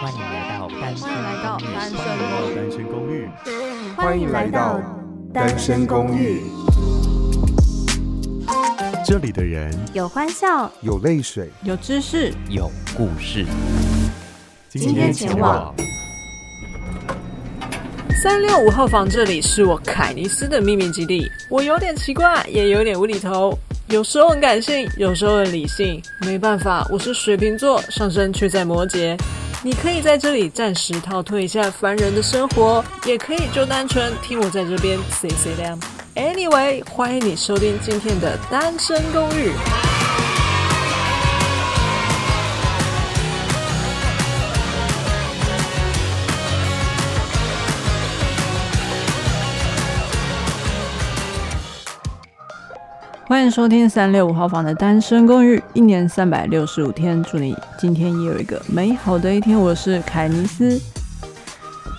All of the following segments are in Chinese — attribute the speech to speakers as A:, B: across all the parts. A: 欢迎来到单身
B: 欢迎来到单身
A: 公寓
B: 公
C: 单身公寓，
D: 欢迎来到单身公寓，
C: 这里的人
D: 有欢笑，
E: 有泪水，
B: 有知识，
A: 有故事。
D: 今天前往。
B: 三六五号房这里是我凯尼斯的秘密基地。我有点奇怪，也有点无厘头，有时候很感性，有时候很理性。没办法，我是水瓶座，上升却在摩羯。你可以在这里暂时逃脱一下凡人的生活，也可以就单纯听我在这边 say say them。Anyway，欢迎你收听今天的《单身公寓》。欢迎收听三六五号房的单身公寓，一年三百六十五天，祝你今天也有一个美好的一天。我是凯尼斯。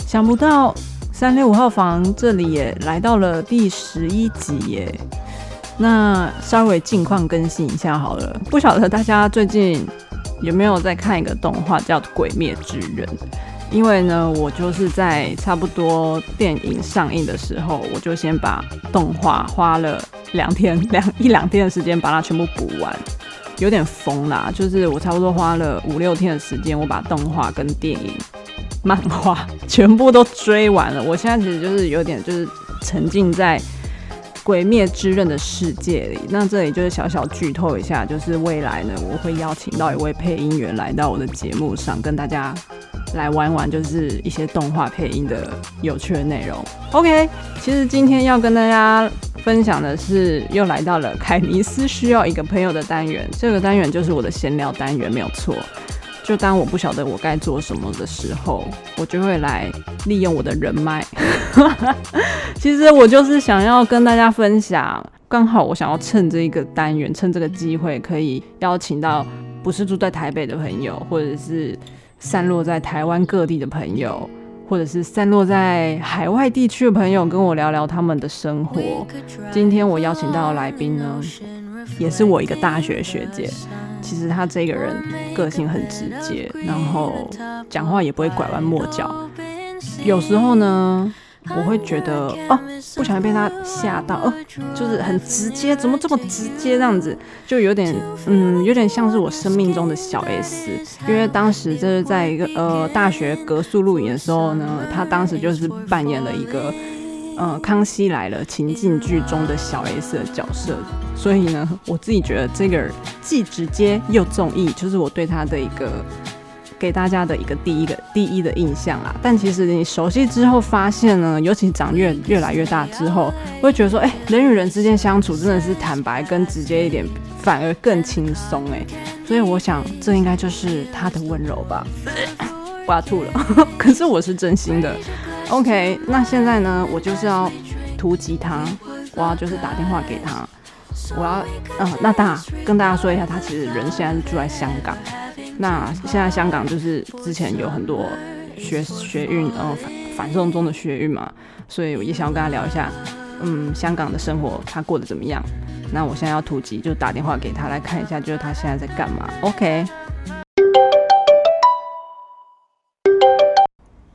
B: 想不到三六五号房这里也来到了第十一集耶，那稍微近况更新一下好了。不晓得大家最近有没有在看一个动画叫《鬼灭之刃》？因为呢，我就是在差不多电影上映的时候，我就先把动画花了两天两一两天的时间把它全部补完，有点疯啦。就是我差不多花了五六天的时间，我把动画跟电影、漫画全部都追完了。我现在其实就是有点就是沉浸在《鬼灭之刃》的世界里。那这里就是小小剧透一下，就是未来呢，我会邀请到一位配音员来到我的节目上，跟大家来玩玩，就是一些动画配音的有趣的内容。OK，其实今天要跟大家分享的是，又来到了凯尼斯需要一个朋友的单元，这个单元就是我的闲聊单元，没有错。就当我不晓得我该做什么的时候，我就会来利用我的人脉。 其实我就是想要跟大家分享，刚好我想要趁这一个单元，趁这个机会，可以邀请到不是住在台北的朋友，或者是散落在台湾各地的朋友，或者是散落在海外地区的朋友，跟我聊聊他们的生活。今天我邀请到的来宾呢，也是我一个大学学姐。其实她这个人个性很直接，然后讲话也不会拐弯抹角。有时候呢，我会觉得哦，不小心被她吓到，哦，就是很直接，怎么这么直接这样子，就有点嗯，有点像是我生命中的小 S。因为当时就是在一个呃大学格宿露营的时候呢，她当时就是扮演了一个。呃，《康熙来了》情境剧中的小 S 的角色，所以呢，我自己觉得这个人既直接又中意，就是我对他的一个给大家的一个第一个第一的印象啦。但其实你熟悉之后发现呢，尤其长越越来越大之后，会觉得说，哎、人与人之间相处真的是坦白跟直接一点，反而更轻松哎。所以我想，这应该就是他的温柔吧。我要吐了， 可是我是真心的。OK，那现在呢，我就是要突击他，我要就是打电话给他，我要嗯、那大跟大家说一下，他其实人现在是住在香港。那现在香港就是之前有很多学学运，呃反反送中的学运嘛，所以我也想要跟他聊一下，嗯，香港的生活他过得怎么样？那我现在要突击，就打电话给他来看一下，就是他现在在干嘛？OK。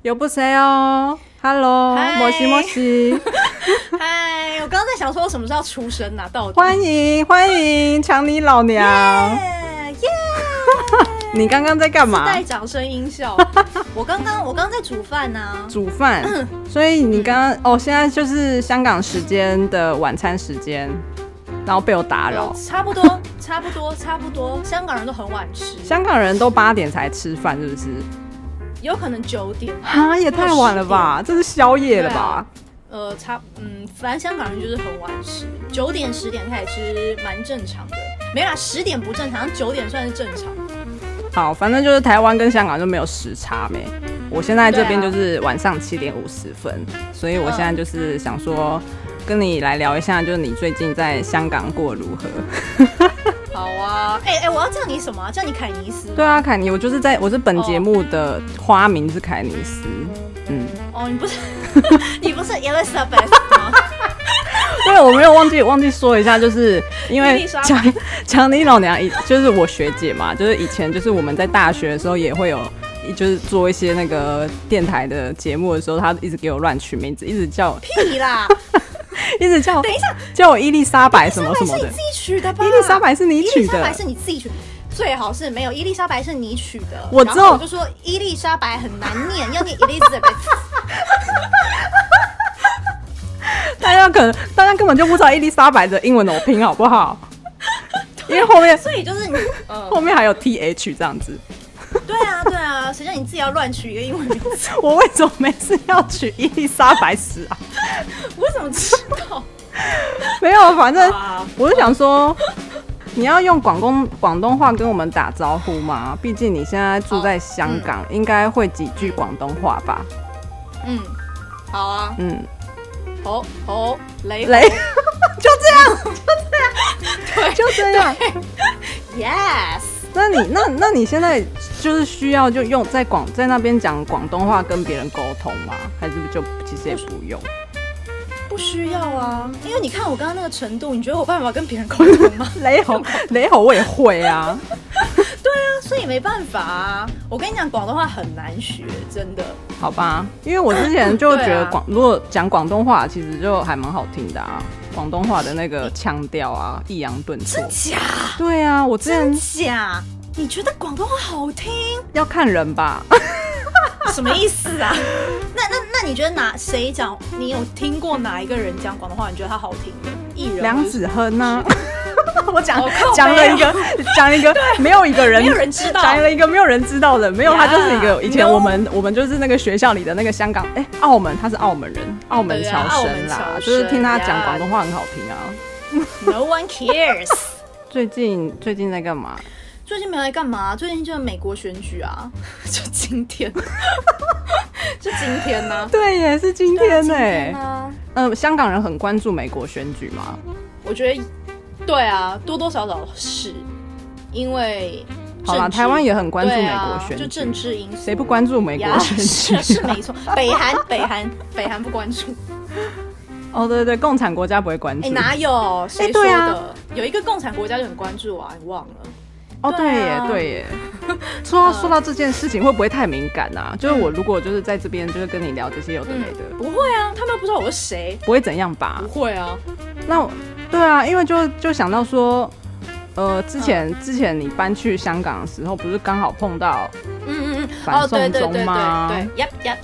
B: 有不谁哦，Hello，
F: 嗨
B: 莫西莫西，
F: 嗨，我刚刚在想说什么时候出生啊？到底
B: 欢迎欢迎，强尼老娘，
F: 耶耶！
B: 你刚刚在干嘛？
F: 带掌声音 效。我刚刚我刚刚在煮饭呢、啊。
B: 煮饭，所以你刚刚哦，现在就是香港时间的晚餐时间，然后被我打扰。
F: 差不 多，差不多，差不多。香港人都很晚吃，
B: 香港人都八点才吃饭，是不是？
F: 有可能九点，
B: 哈，也太晚了吧，这是宵夜了吧？
F: 呃，差嗯，反正香港人就是很晚吃，九点十点开始吃，蛮正常的。没啦，十点不正常，九点算是正常。啊
B: 好，反正就是台湾跟香港就没有时差没。我现在这边
F: 对
B: 就
F: 啊嗯
B: 是晚上七点五十分，所以我现在就是想说，跟你来聊一下，就是你最近在香港过如何？
F: 好啊，哎、哎、我要叫你什么、啊？叫你凯尼斯吗？
B: 对啊，凯尼，我就是在我是本节目的花名是凯尼斯，嗯。
F: 哦，你不 是你不是 Elizabeth 吗？
B: 对，我没有忘记忘记说一下，就是因为
F: 丽莎
B: 强强尼老娘以就是我学姐嘛，就是以前就是我们在大学的时候也会有就是做一些那个电台的节目的时候，他一直给我乱取名字，一直叫我，
F: 屁啦！
B: 一直叫我，
F: 等一下，
B: 叫我伊丽莎白什
F: 伊丽
B: 么
F: 莎
B: 哦
F: 白
B: 什么
F: 是
B: 的
F: 你自。己取的吧？
B: 伊丽莎白是你取的
F: 伊丽莎白是你自己取。最好是没有伊丽莎白是你取的，
B: 我
F: 然
B: 知道
F: 后我就说伊丽莎白很难念，要念 Elizabeth。
B: 大家可能大家根本就不知道伊丽莎白的英文怎么拼，好 不好？因为后面
F: 所以就是你， 嗯，
B: 后面还有 T H 这样子，
F: 对啊，对啊，谁叫你自己要乱取一个英文名字？
B: 我为什么每次要取伊丽莎白死啊？
F: 我怎么知道？
B: 没有，反正
F: 啊
B: 我就想说，你要用广东广东话跟我们打招呼嘛，毕竟你现在住在香港，应该会几句广东话吧？
F: 嗯，好啊，
B: 嗯，
F: 哦哦，雷
B: 雷， 就这样，就这样，就这样。
F: ，yes，
B: 那你那那你现在就是需要就用在广在那边讲广东话跟别人沟通吗？还是就其实也不用？
F: 不需要啊，因为你看我刚刚那个程度，你觉得我有办法跟别人沟通 吗？
B: 雷吼雷吼我也会啊，
F: 对啊，所以没办法啊。我跟你讲，广东话很难学，真的。
B: 好吧？因为我之前就觉
F: 对
B: 得
F: 啊
B: 广、如果讲广东话，其实就还蛮好听的啊，广东话的那个腔调啊，抑扬顿挫。
F: 嗯假
B: 对啊，我之前
F: 假？你觉得广东话好听？
B: 要看人吧，
F: 什么意思 啊？那那那你觉得哪谁讲？你有听过哪一个人讲广东话？你觉得他好听的艺人？
B: 梁子 亨呢、我讲
F: 哦靠
B: 讲了
F: 背哦
B: 一个，讲了一个，没有一个人，
F: 没有人知道
B: 讲了一个没有人知道的，没有，
F: 呀
B: 他就是一个以前
F: no
B: 我们我们就是那个学校里的那个香港，哎，澳门，他是澳门人，澳门
F: 对
B: 侨
F: 啊澳门
B: 生啦，
F: 侨
B: 就是听他
F: 生
B: 讲
F: 呀
B: 广东话很好听啊。
F: ，No one cares。
B: 最近最近在干嘛？
F: 最近没有在干嘛？最近就是美国选举 啊，就今天，就今天呢、
B: 对耶，是今
F: 对啊
B: 天
F: 今
B: 呢。
F: 天啊，
B: 嗯，香港人很关注美国选举嘛，
F: 我觉得，对啊，多多少少是，因为
B: 好啦
F: 政治
B: 台湾也很关注
F: 对
B: 美国
F: 啊、
B: 选举
F: 就政治因素，
B: 谁不关注美国
F: 呀？
B: 选举
F: 是
B: 啊、
F: 啊 是没错，北韩 北韩北韩不关 注，
B: 哦，对对，共产国家不会关
F: 哎、
B: 注。
F: 哪有谁说
B: 对
F: 的、
B: 啊
F: 有一个共产国家就很关注啊，你忘了？
B: 哦，对
F: 对
B: 耶
F: 啊，
B: 对耶。 说到
F: 嗯
B: 说到这件事情，会不会太敏感啊？就是我如果就是在这边就是跟你聊这些有的没的，
F: 不会啊，他们又不知道我是谁，
B: 不会怎样吧
F: 不？会啊，
B: 那我对啊，因为就就想到说，呃，之前之前你搬去香港的时候，不是刚好碰到
F: 嗯嗯嗯，
B: 反
F: 哦对
B: 送
F: 对
B: 中
F: 对对
B: 吗
F: 对，yep yep。呀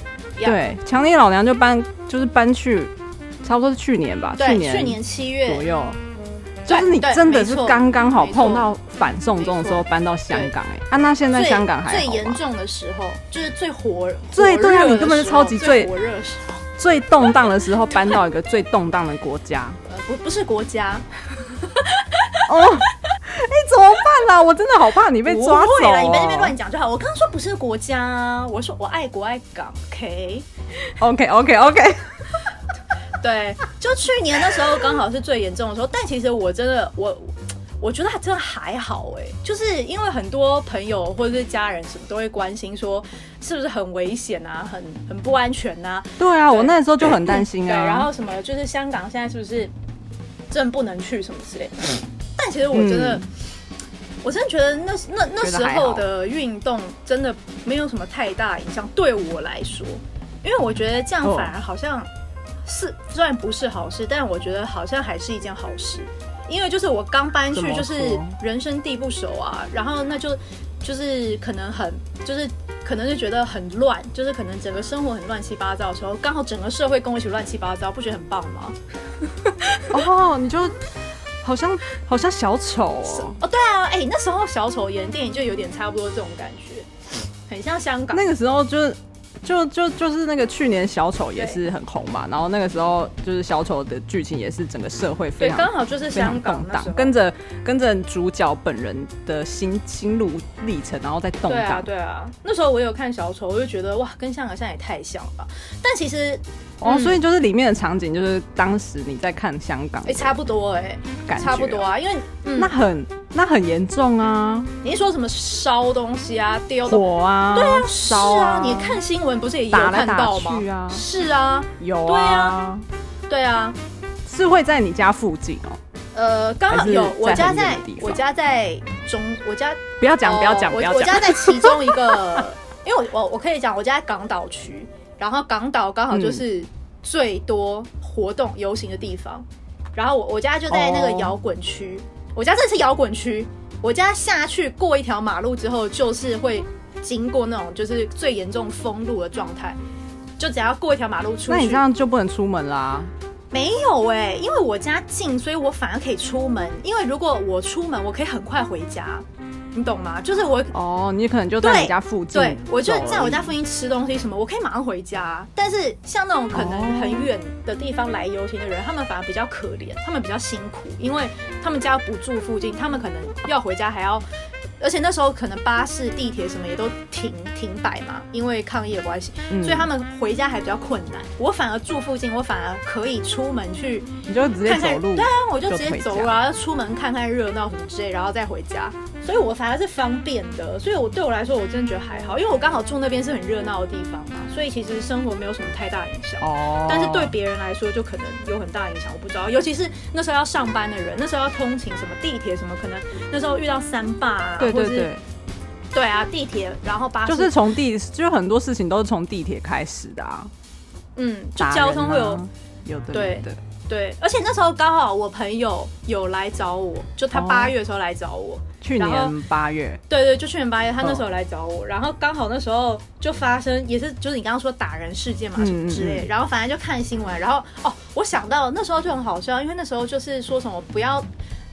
B: 对强尼老娘就搬就是搬去，差不多是去年吧，
F: 对，
B: 年
F: 去年七月
B: 左右。就
F: 对
B: 是你
F: 对
B: 真的
F: 没
B: 是
F: 错
B: 刚刚好
F: 没错
B: 碰到反送中的时候
F: 没
B: 搬到香港哎、啊那现在
F: 最
B: 香港还
F: 最
B: 好
F: 严
B: 吧？
F: 重的时候，就是最火
B: 最
F: 火
B: 对啊
F: 热
B: 你
F: 的
B: 根本就
F: 时候
B: 超级最
F: 最火热的时候，
B: 最动荡的时候搬到一个最动荡的国 家，
F: 呃，不不是国家，
B: 哦，哎、怎么办啊啦？我真的好怕你被抓
F: 不
B: 走、
F: 会啦，你
B: 哦。
F: 在那边乱讲就好。我刚刚说不是国家啊，我说我爱国爱港，OK。
B: OK OK OK，
F: 对，就去年那时候刚好是最严重的时候，但其实我真的我。我觉得还真的还好哎、就是因为很多朋友或者是家人什么都会关心，说是不是很危险啊，很很不安全呐、
B: 对啊，
F: 对
B: 我那时候就很担心
F: 对，
B: 啊。
F: 然后什么就是香港现在是不是真不能去什么之类的？
B: 嗯
F: 但其实我真的，我真的觉得那那那时候的运动真的没有什么太大影响，对我来说，因为我觉得这样反而好像是、虽然不是好事，但我觉得好像还是一件好事。因为就是我刚搬
B: 怎么
F: 去，
B: 说
F: 就是人生地不熟啊，然后那就就是可能很就是可能就觉得很乱，就是可能整个生活很乱七八糟的时候，刚好整个社会跟我一起乱七八糟，不觉得很棒吗？
B: 哦，你就好像好像小丑哦。
F: 哦，对啊，哎、那时候小丑演电影就有点差不多这种感觉，很像香港。
B: 嗯那个时候就是。就就就是那个去年小丑也是很红嘛，然后那个时候就是小丑的剧情也是整个社会非
F: 对，
B: 常
F: 刚好就是
B: 非常
F: 香港
B: 动
F: 那时
B: 荡
F: 候，
B: 跟着跟着主角本人的心心路历程，然后再动
F: 对啊
B: 荡。
F: 对啊，那时候我有看小丑，我就觉得哇，跟香港现在也太像了吧。但其实
B: 哦，
F: 嗯
B: 所以就是里面的场景就是当时你在看香港
F: 哎、，差不多哎、
B: 感觉
F: 差不多啊，因为嗯，
B: 那很那很严重啊，
F: 你是说什么烧东西啊，丢东西
B: 火啊，
F: 对啊，是
B: 烧啊，
F: 你看新闻不是也有
B: 打来
F: 看
B: 打
F: 到吗？
B: 去啊
F: 是啊，
B: 有
F: 对
B: 啊
F: 啊，对啊，
B: 是会在你家附近哦，
F: 呃，刚好
B: 还是
F: 有
B: 在
F: 我家
B: 很远
F: 在
B: 的地方
F: 我家在中我家
B: 不要讲
F: 哦
B: 不要讲不
F: 我
B: 要
F: 我
B: 讲
F: 家，在其中一个因为我我我可以讲，我家在港岛区，然后港岛刚
B: 嗯
F: 好就是最多活动游行的地方，然后我我家就在那个
C: 哦
F: 摇滚区，我家这是摇滚区，我家下去过一条马路之后，就是会经过那种就是最严重封路的状态，就只要过一条马路出
B: 那你
F: 去
B: 这，样就不能出门啦。
F: 没有哎、因为我家近，所以我反而可以出门，因为如果我出门，我可以很快回家，你懂吗？就是我
B: 哦，你可能就在
F: 对
B: 你家附近走而
F: 对
B: 已。，
F: 我就在我家附近吃东西什么，我可以马上回家。但是像那种可能很远的地方来游行的人，他们反而比较可怜，他们比较辛苦，因为他们家不住附近，他们可能要回家还要，而且那时候可能巴士、地铁什么也都停停摆嘛，因为抗议的关系，
B: 嗯
F: 所以他们回家还比较困难。我反而住附近，我反而可以出门去
B: 你就直接
F: 看看
B: 走路
F: 对。啊，我就
B: 就
F: 直接
B: 回
F: 走
B: 家
F: 了，然后出门看看热闹什么之类，然后再回家。所以我反而是方便的，所以我对我来说，我真的觉得还好，因为我刚好住那边是很热闹的地方嘛，所以其实生活没有什么太大影响。
B: 哦，
F: 但是对别人来说，就可能有很大影响，我不知道。尤其是那时候要上班的人，那时候要通勤，什么地铁什么，可能那时候遇到三霸啊，
B: 对对
F: 或是
B: 对，
F: 对啊，地铁，然后巴士，
B: 就是从地，就很多事情都是从地铁开始的啊。
F: 嗯，就
B: 打人啊
F: 交通会有
B: 有的
F: 对
B: 没的，
F: 对，而且那时候刚好我朋友有来找我，就他
B: 哦
F: 八月的时候来找我，
B: 去
F: 然
B: 年八月，
F: 对对，就去年八月，他那时候来找我，然后刚好那时候就发生，也是就是你刚刚说打人事件嘛
B: 嗯
F: 什么之类，
B: 嗯嗯
F: 然后反正就看新闻，然后哦，我想到那时候就很好笑，因为那时候就是说什么不要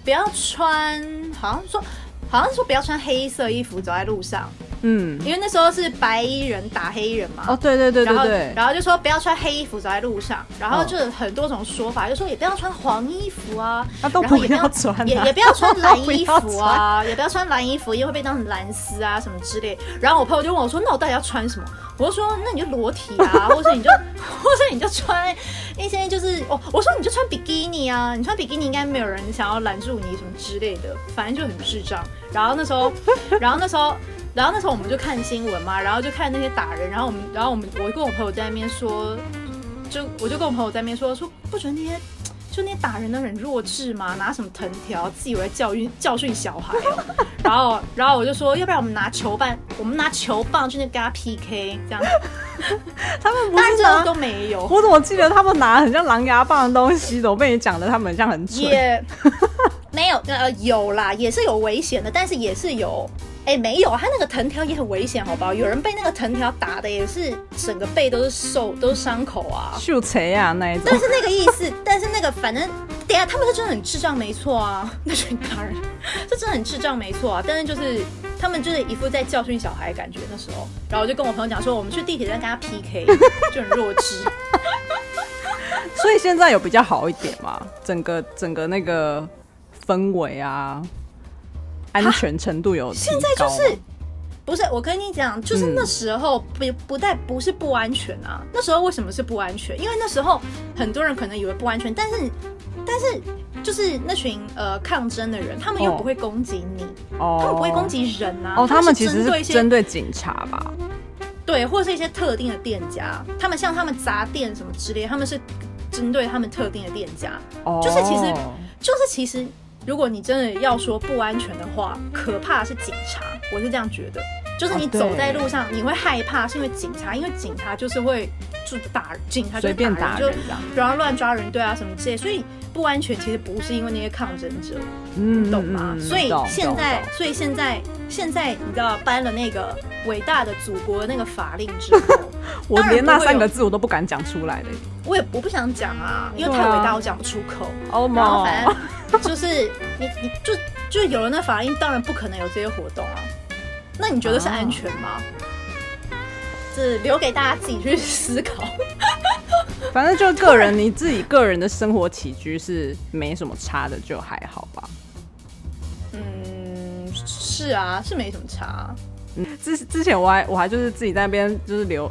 F: 不要穿，好像说好像说不要穿黑色衣服走在路上，
B: 嗯，
F: 因为那时候是白衣人打黑衣人嘛。
B: 哦，对对对对
F: 然后
B: 对，
F: 然后就说不要穿黑衣服走在路上，然后
B: 嗯
F: 就很多种说法，就说也不要穿黄衣服啊，
B: 那都
F: 然后
B: 不
F: 也不
B: 要
F: 要
B: 穿啊，
F: 也也不要穿蓝
B: 不
F: 衣
B: 要
F: 服
B: 穿
F: 啊，也不要穿蓝衣服，因为会被当成蓝丝啊什么之类。然后我朋友就问我说：“那我到底要穿什么？”我就说：“那你就裸体啊， 或者你就，或者你就穿一些就是哦，我说你就穿比基尼啊，你穿比基尼应该没有人想要拦住你什么之类的，反正就很智障。”然后那时候， 然后那时候。然后那时候我们就看新闻嘛，然后就看那些打人，然后我们，然后我们，我跟我朋友在那边说，就我就跟我朋友在那边说，说不准那些就那些打人的很弱智嘛，拿什么藤条，自以为教育教训小孩 哦、然后，然后我就说，要不然我们拿球棒，我们拿球棒去那跟他 PK 这样。
B: 他们不
F: 但
B: 是
F: 是这
B: 拿
F: 都没有，
B: 我怎么记得他们拿很像狼牙棒的东西的？我被你讲的，他们很像很蠢。
F: 也 没有，呃，有啦，也是有危险的，但是也是有。哎，没有，他那个藤条也很危险，好不好？有人被那个藤条打的也是整个背都是受，都是伤口啊。
B: 秀锤啊那一种
F: 但，是那个意思，但是那个反正，等一下他们是真的很智障，没错啊， 那群大人，这真的很智障，没错啊。但是就是他们就是一副在教训小孩的感觉那时候，然后我就跟我朋友讲说，我们去地铁站跟他 PK，就很弱智。
B: 哎所以现在有比较好一点嘛？整个整个那个氛围啊，安全程度有现在
F: 就是不是，我跟你讲，就是
B: 嗯
F: 那时候不、不但不是不安全啊，那时候为什么是不安全？因为那时候很多人可能以为不安全，但是但是就是那群呃抗争的人，他们又
B: 哦
F: 不会攻击你，
B: 哦
F: 他们不会攻击人啊，
B: 哦，他们其实
F: 针对
B: 是
F: 一些
B: 针对警察吧？
F: 对，或者是一些特定的店家，他们像他们杂店什么之类，他们是针对他们特定的店家。
B: 哦，
F: 就是其实就是其实，如果你真的要说不安全的话，可怕的是警察，我是这样觉得。就是你
B: 哦对
F: 走在路上，你会害怕，是因为警察，因为警察就是会就打，警察就
B: 随
F: 会
B: 便
F: 打
B: 打
F: 人，
B: 人这样，
F: 就然后乱抓人，对啊什么之类，所以不安全其实不是因为那些抗争者，
B: 嗯
F: 懂吗？
B: 嗯嗯
F: 所以
B: 懂
F: 现
B: 懂
F: 在
B: 懂，
F: 所以现在，现在你知道颁了那个伟大的祖国的那个法令之后，
B: 我
F: 当然
B: 连那
F: 不会有
B: 三个字我都不敢讲出来的。
F: 我也我不想讲啊，因为
B: 对
F: 太
B: 啊
F: 伟大，我讲不出口。
B: 哦
F: 然后反正 就是你你就就有了那法令，当然不可能有这些活动啊。那你觉得是安全吗？这留给大家自己去思考。
B: 反正就个人，你自己个人的生活起居是没什么差的，就还好吧。
F: 嗯，是啊，是没什么差啊。
B: 之之前我还我还就是自己在那边就是留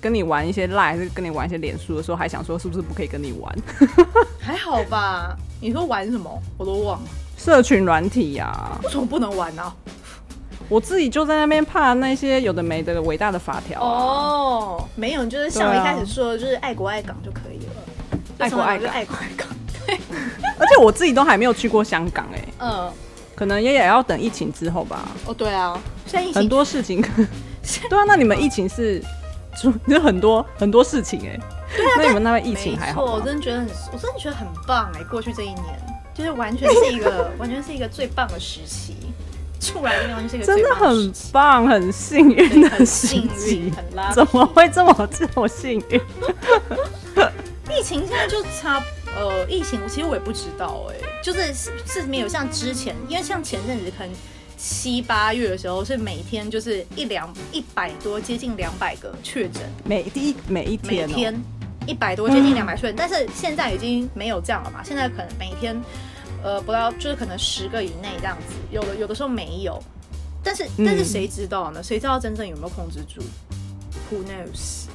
B: 跟你玩一些赖，还是跟你玩一些脸书的时候，还想说是不是不可以跟你玩
F: 还好吧？你说玩什么？我都忘了。
B: 社群软体呀、
F: 为什么不能玩啊呢、
B: 我自己就在那边怕那些有的没的伟大的法条、啊。
F: 哦，没有，就是像我一
B: 对啊
F: 开始说的，就是爱国爱港就可以了。
B: 爱国爱港
F: 就从小就爱国爱港。
B: 而且我自己都还没有去过香港哎、
F: 嗯，
B: 可能也也要等疫情之后吧。
F: 哦，对啊，现在疫情
B: 很多事情
F: 现
B: 对啊，那你们疫情是就就很多很多事情哎、对啊，那你们那边疫情还
F: 没
B: 好
F: 错，我
B: 吗
F: 真的觉得很，我真的觉得很棒哎、过去这一年就是完全是一 个完全是一个最棒的时期，出来的地方是一个
B: 真
F: 最
B: 的
F: 棒的
B: 很
F: 时期
B: 棒，很幸运
F: 对
B: 的
F: 很
B: 时
F: 幸
B: 期
F: 运，，很拉。
B: 怎么会这么这么幸运？
F: 疫情现在就差呃，疫情其实我也不知道哎、就是是是没有像之前，因为像前阵子可能七八月的时候是每天就是一两一百多，接近两百个确诊，
B: 每第一每一
F: 每
B: 天、哦，
F: 天一百多，接近两百确诊，但是现在已经没有这样了嘛，现在可能每天呃不到就是可能十个以内这样子，有的有的时候没有，但是
B: 嗯
F: 但是谁知道呢？谁知道真正有没有控制住？Who knows？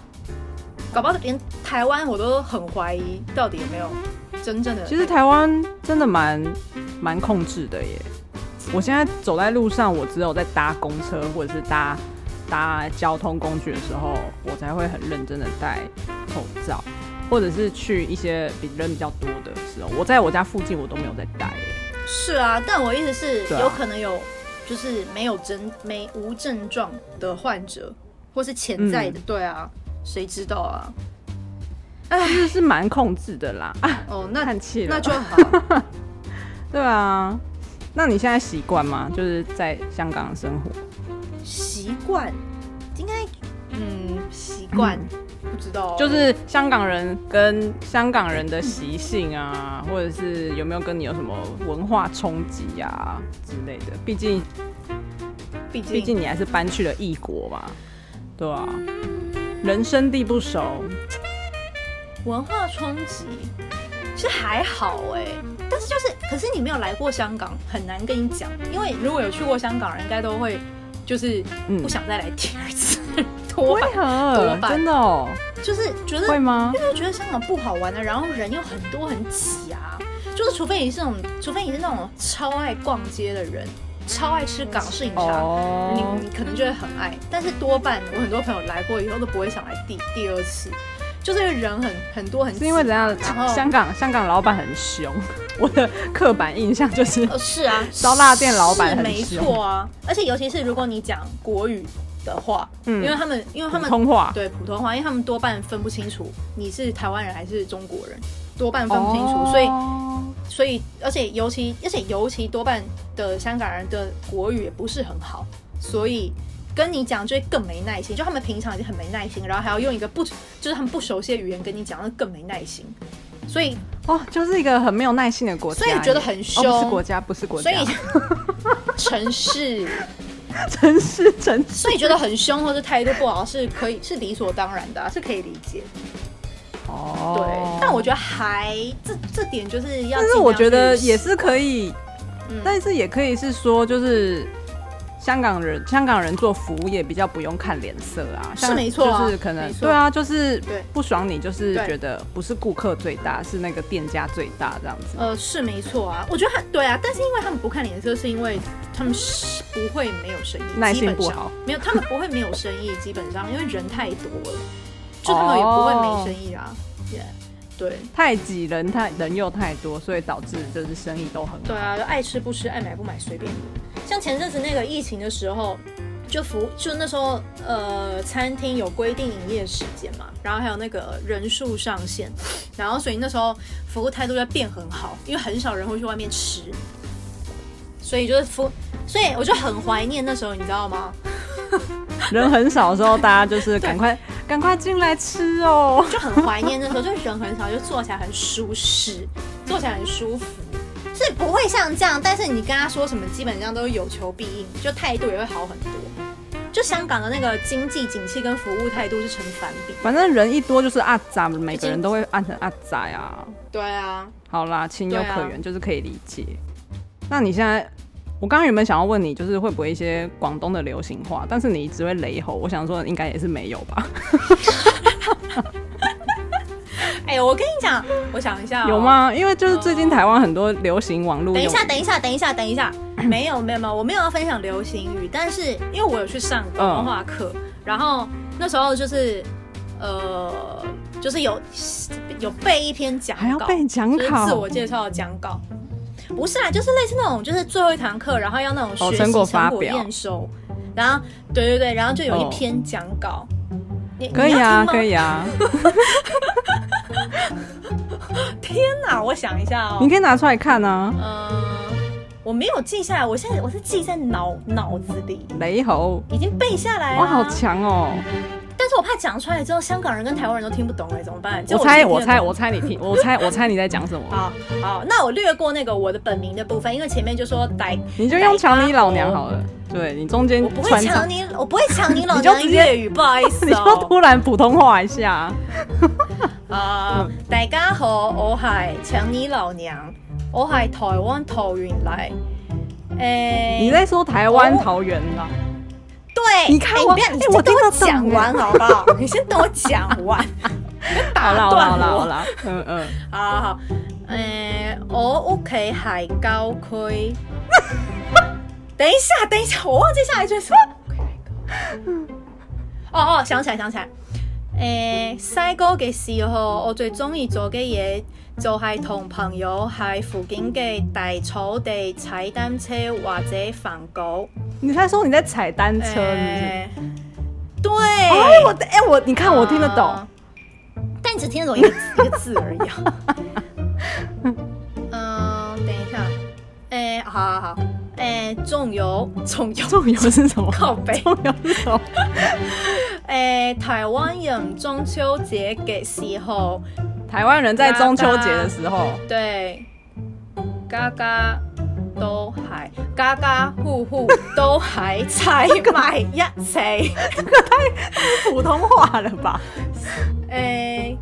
F: 搞不好连台湾我都很怀疑，到底有没有真正的
B: 其实台湾真的蛮蛮控制的耶。我现在走在路上，我只有在搭公车或者是搭搭交通工具的时候，我才会很认真的戴口罩，或者是去一些比人比较多的时候，我在我家附近我都没有在戴耶。
F: 是啊，但我意思是，
B: 对啊
F: 有可能有就是没有症没无症状的患者，或是潜在
B: 嗯
F: 的，对啊，谁知道啊？
B: 就是是蛮控制的啦，啊，
F: 哦， 那
B: 叹气了，
F: 那就好。
B: 对啊。那你现在习惯吗？就是在香港的生活，
F: 习惯，应该，嗯，习惯，不知道，
B: 嗯就是香港人跟香港人的习性啊，
F: 嗯
B: 或者是有没有跟你有什么文化冲击呀之类的？毕竟，
F: 毕竟
B: 毕竟你还是搬去了异国嘛，对啊，人生地不熟，
F: 文化冲击是还好哎、但是就是，可是你没有来过香港，很难跟你讲，因为如果有去过香港人，应该都会就是
B: 嗯
F: 不想再来第二次，多吧，
B: 何
F: 多半
B: 真的哦，
F: 就是觉得
B: 会吗？
F: 因为觉得香港不好玩啊的，然后人又很多很挤啊，就是除非你是那种，除非你是那种超爱逛街的人，超爱吃港式饮茶，
B: 哦
F: 你你可能就会很爱，但是多半我很多朋友来过以后都不会想来第第二次，就是因为人很很多很挤
B: 是因为怎样？
F: 然后
B: 香港香港老板很凶， 我的刻板印象就是
F: 呃是啊，
B: 烧腊店老板
F: 是
B: 很
F: 没
B: 凶
F: 错啊，而且尤其是如果你讲国语的话，
B: 嗯
F: 因为他们因为他
B: 普
F: 们
B: 通话，
F: 对普通话，因为他们多半分不清楚你是台湾人还是中国人，多半分不清楚，
B: 哦
F: 所以所以，而且尤其，而且尤其多半的香港人的国语也不是很好，所以跟你讲就会更没耐心。就他们平常已经很没耐心，然后还要用一个不就是他们不熟悉的语言跟你讲，那更没耐心。所以，
B: 哦，就是一个很没有耐性的国家耶，
F: 所以觉得很
B: 哦不
F: 凶
B: 是国家，不是国家，
F: 所以城市，
B: 城市城市
F: 所以觉得很凶或者态度不好是可以是理所当然的啊、是可以理解。
B: 哦
F: 对，但我觉得还这这点就是要，
B: 但是我觉得也，是可以，
F: 嗯
B: 但是也可以是说，就是香港人，香港人做服务业比较不用看脸色啊，
F: 是
B: 像
F: 没错啊
B: 就是可能
F: 没错
B: 对啊，就是
F: 对
B: 不爽你，就是
F: 对
B: 觉得不是顾客最大，是那个店家最大这样子。
F: 呃，是没错啊，我觉得他对啊，但是因为他们不看脸色，是因为他们是不会没有生意，
B: 耐
F: 呃基
B: 性
F: 本
B: 不
F: 上
B: 好，
F: 没有，他们不会没有生意，基本上因为人太多了，就
B: 哦
F: 他们也不会没生意啊。耶，对
B: 太挤人，太人又太多，所以导致就是生意 都很好
F: 对啊，就爱吃不吃，爱买不买，随便。像前阵子那个疫情的时候，就服就那时候呃，餐厅有规定营业时间嘛，然后还有那个人数上限，然后所以那时候服务态度就变很好，因为很少人会去外面吃，所以就是服，所以我就很怀念那时候，你知道吗？
B: 人很少的时候，大家就是赶快赶快进来吃哦。
F: 就很怀念那时候，就是人很少，就坐起来很舒适，坐起来很舒服，是不会像这样。但是你跟他说什么，基本上都是有求必应，就态度也会好很多。就香港的那个经济景气跟服务态度是成反比。
B: 反正人一多就是阿杂，每个人都会按成阿杂呀。
F: 对啊，
B: 好啦，情有
F: 对啊
B: 可原，就是可以理解。那你现在，我刚刚原本想要问你，就是会不会一些广东的流行话，但是你只会雷吼，我想说应该也是没有吧？
F: 哎、我跟你讲，我想一下、
B: 有？吗？因为就是最近台湾很多流行网络，
F: 哦等一下，等一下，等一下，等一下，没有，没有，没有，我没有要分享流行语，但是因为我有去上广东话课，然后那时候就是，呃，就是有有背一篇讲
B: 还要
F: 稿，
B: 背讲
F: 就是自
B: 考
F: 我，介绍的讲稿。不是啊，就是类似那种，就是最后一堂课，然后要那种
B: 哦
F: 学习
B: 成
F: 成
B: 果
F: 果
B: 发表哦
F: 验收，然后对对对，然后就有一篇讲稿，你
B: 可以啊，可
F: 以。
B: 以啊，
F: 天哪，我想一下哦
B: 你，可以拿出来看啊。
F: 嗯，我没有记下来，我现在我是记在脑脑子里，
B: 雷猴，
F: 已经背下来了。
B: 哇，好强哦！
F: 但是我怕讲出来之后，香港人跟台湾人都听不懂哎，怎么办？
B: 我
F: 就
B: 猜，
F: 听得
B: 我猜，
F: 懂
B: 我猜你听，我猜，我猜你在讲什么？
F: 好好，那我略过那个我的本名的部分，因为前面就说来，
B: 你就用抢你老娘好了。对你中间
F: 我不会
B: 穿插
F: 抢，你，我不会抢你老
B: 嗯 你就
F: 娘的
B: 直接
F: 粤语，不好意思
B: 你就
F: 哦。
B: 突然普通话一下。
F: 啊、大家好，我系抢你老娘，我系台湾桃园嚟。诶、
B: 你在说台湾桃园啦？
F: 对，
B: 你看
F: 哎
B: 我
F: 不要，
B: 哎
F: 你先
B: 我
F: 等
B: 听
F: 我
B: 得懂
F: 讲
B: 哎
F: 完好不好？你先等我讲完，
B: 好
F: 打
B: 啦好啦好
F: 断
B: 啦好
F: 我。
B: 啦，嗯嗯，
F: 好啊好好，诶、我屋企系郊 区。等一下，等一下，我忘记下一句是什么。 哦哦，想起来，想起来。诶、細個嘅時候，我最中意做嘅嘢就係同朋友喺附近嘅大草地踩單車或者放狗。
B: 你在说你在踩单车是不是？
F: 诶對，哦
B: 哎，我哎我，你看我听得懂
F: 啊。但你只听得懂一个字一个字而已、啊。嗯，等一下，哎、好好好，哎、仲有仲有，
B: 重油是什么？
F: 靠北
B: 重油是什么？
F: 哎、台湾人中秋节嘅时候，
B: 台湾人在中秋节的时候，
F: 对，家家都系家家户户都 喺踩埋一齊。
B: 普通话了吧？
F: 诶、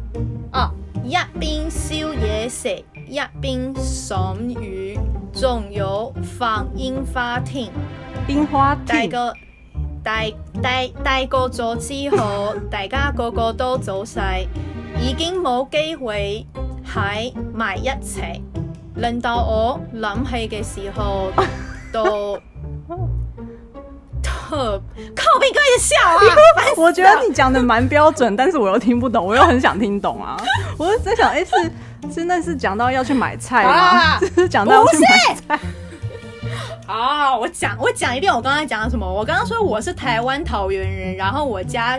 F: 哦，一邊燒嘢食，一邊賞雨，仲有放煙花添。
B: 樱花
F: 大
B: 亭，
F: 個大大大個咗之後，大家個個都走晒，已經冇機會喺埋一齊。輪到我諗起嘅時候，都特靠邊，跟你笑啊！煩死
B: 哎我觉得
F: 了
B: 你讲的蛮标准，但是我又听不懂，我又很想听懂 啊！我就在想，哎、是真的是讲到要去买菜吗？
F: 啊
B: 就是讲到要去买菜，
F: 啊，我讲我讲一遍我刚才讲的什么。我刚刚说我是台湾桃园人，然后我家，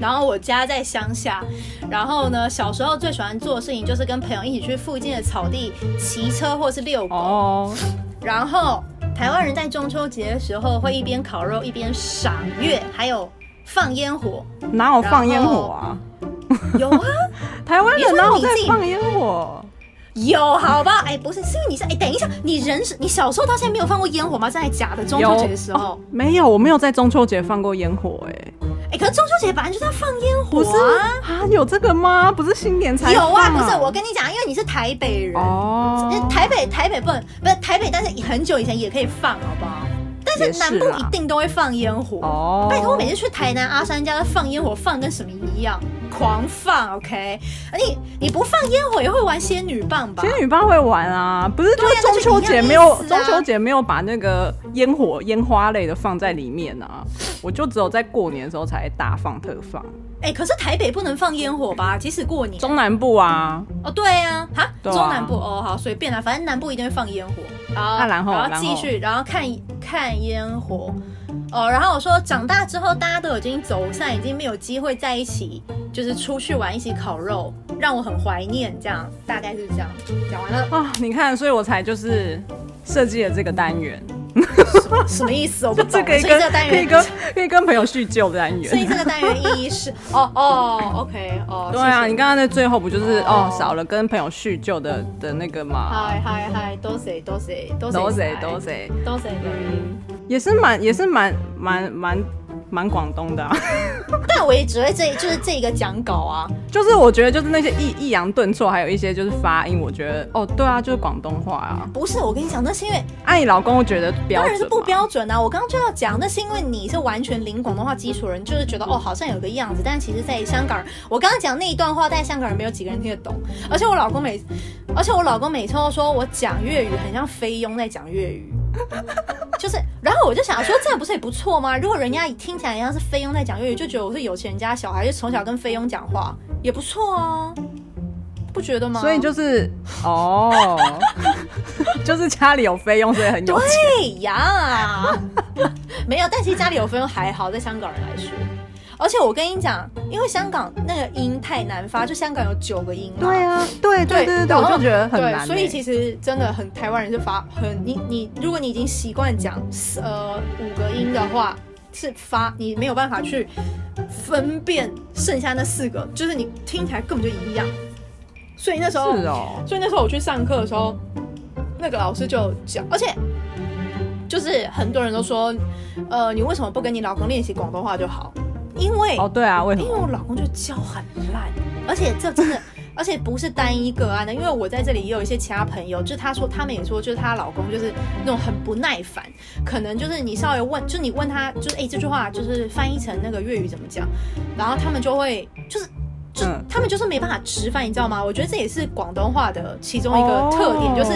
F: 然后我家在乡下，然后呢，小时候最喜欢做的事情就是跟朋友一起去附近的草地骑车或是遛狗。
B: 哦，
F: 然后台湾人在中秋节的时候会一边烤肉一边赏月，还有放烟 火。
B: 哪有放烟火啊？
F: 有啊，
B: 台湾人
F: 你
B: 哪
F: 说
B: 有
F: 你
B: 在
F: 自己
B: 放烟火？
F: 有，好吧？哎，不是，是因为你是哎，等一下，你人是你小时候到现在没有放过烟火吗？在假的中秋节的时候
B: 哦。没有，我没有在中秋节放过烟火、哎，
F: 哎、可是中秋节本来就是要放烟火
B: 不是
F: 啊。
B: 啊，有这个吗？不是新年才
F: 有啊，
B: 放
F: 不是我跟哎你讲，因为你是台北人，
B: 哦，
F: 台北台北不能不是台北，但是很久以前也可以放，好不好？但是
B: 也是
F: 南部
B: 啦
F: 一定都会放烟火。
B: 哦，
F: 拜托，我每次去台南阿三家放烟火，放跟什么一样，狂放，OK？而你你不放烟火也会玩仙女棒吧？
B: 仙女棒会玩啊，不是就
F: 对
B: 是
F: 啊那
B: 中
F: 就
B: 秋
F: 一样
B: 节
F: 意
B: 没有、
F: 思
B: 中
F: 啊
B: 秋节没有把那个烟火烟花类的放在里面啊，我就只有在过年的时候才大放特放。
F: 哎、可是台北不能放烟火吧？即使过年
B: 中南部啊，
F: 哦，对啊，哈，
B: 对啊
F: 中南部哦，好随便啦，反正南部一定会放烟火。好，
B: 那啊然后
F: 然
B: 然后，
F: 继续，然后看看烟火。哦，然后我说长大之后大家都已经走散，已经没有机会在一起，就是出去玩，一起烤肉，让我很怀念。这样大概是这样。讲完了
B: 啊，你看，所以我才就是设计了这个单元，
F: 什么意思？我不懂。
B: 这
F: 所
B: 个
F: 以
B: 跟
F: 这个单
B: 可以
F: 元，
B: 跟可以跟朋友叙旧的单
F: 所以
B: 元。
F: 这个单元意义 是哦哦，OK 哦。
B: 对啊，
F: 谢谢
B: 你刚刚在最后不就是哦
F: 哦
B: 少了跟朋友叙旧的的那个嘛？
F: 嗨嗨嗨，多谢多谢多谢
B: 都谁都谁，
F: 多谢。
B: 嗯，也是蛮也是蛮蛮蛮蛮广东的啊。
F: 但我也只会这就是这一个讲稿啊。
B: 就是我觉得就是那些抑抑扬顿挫，还有一些就是发音，我觉得哦，对啊，就是广东话啊。
F: 不是，我跟你讲，那是因为
B: 按你老公，我觉得标
F: 当然
B: 准
F: 是不
B: 嘛
F: 标准啊！我刚刚就要讲，那是因为你是完全零广东话基础人，就是觉得哦，好像有个样子，但其实在香港，我刚刚讲那一段话，在香港人没有几个人听得懂。而且我老公每，而且我老公每次都说我讲粤语很像菲佣在讲粤语， 就是，然后我就想说，这样不是也不错吗？如果人家听起来像是菲佣在讲粤语，就觉得我是有钱人家小孩，就从小跟菲佣讲话，也不错啊，不觉得吗？
B: 所以就是哦， 就是家里有费用，所以很有钱。
F: 对呀， 没有，但其实家里有分还好，在香港人来说。而且我跟你讲，因为香港那个音太难发，就香港有九个音嘛。
C: 对啊，对对对对，
F: 然
C: 我
F: 后
C: 就觉得很难
F: 对，
C: 欸。
F: 所以其实真的很台湾人是发很你你，如果你已经习惯讲四呃五个音的话，是发你没有办法去分辨剩下那四个，就是你听起来根本就一样。所以那时候，
B: 是哦，
F: 所以那时候我去上课的时候，那个老师就有讲，而且就是很多人都说，呃，你为什么不跟你老公练习广东话就好？因为
B: 哦对啊，为什
F: 因为
B: 么？
F: 我老公就教很烂，而且这真的， 而且不是单一个案啊的，因为我在这里也有一些其他朋友，就是她说他们也说，就是她老公就是那种很不耐烦，可能就是你稍微问，就是你问他，就是哎、这句话就是翻译成那个粤语怎么讲，然后他们就会就是。就
B: 嗯
F: 他们就是没办法直翻，你知道吗？我觉得这也是广东话的其中一个特点，
B: 哦
F: 就是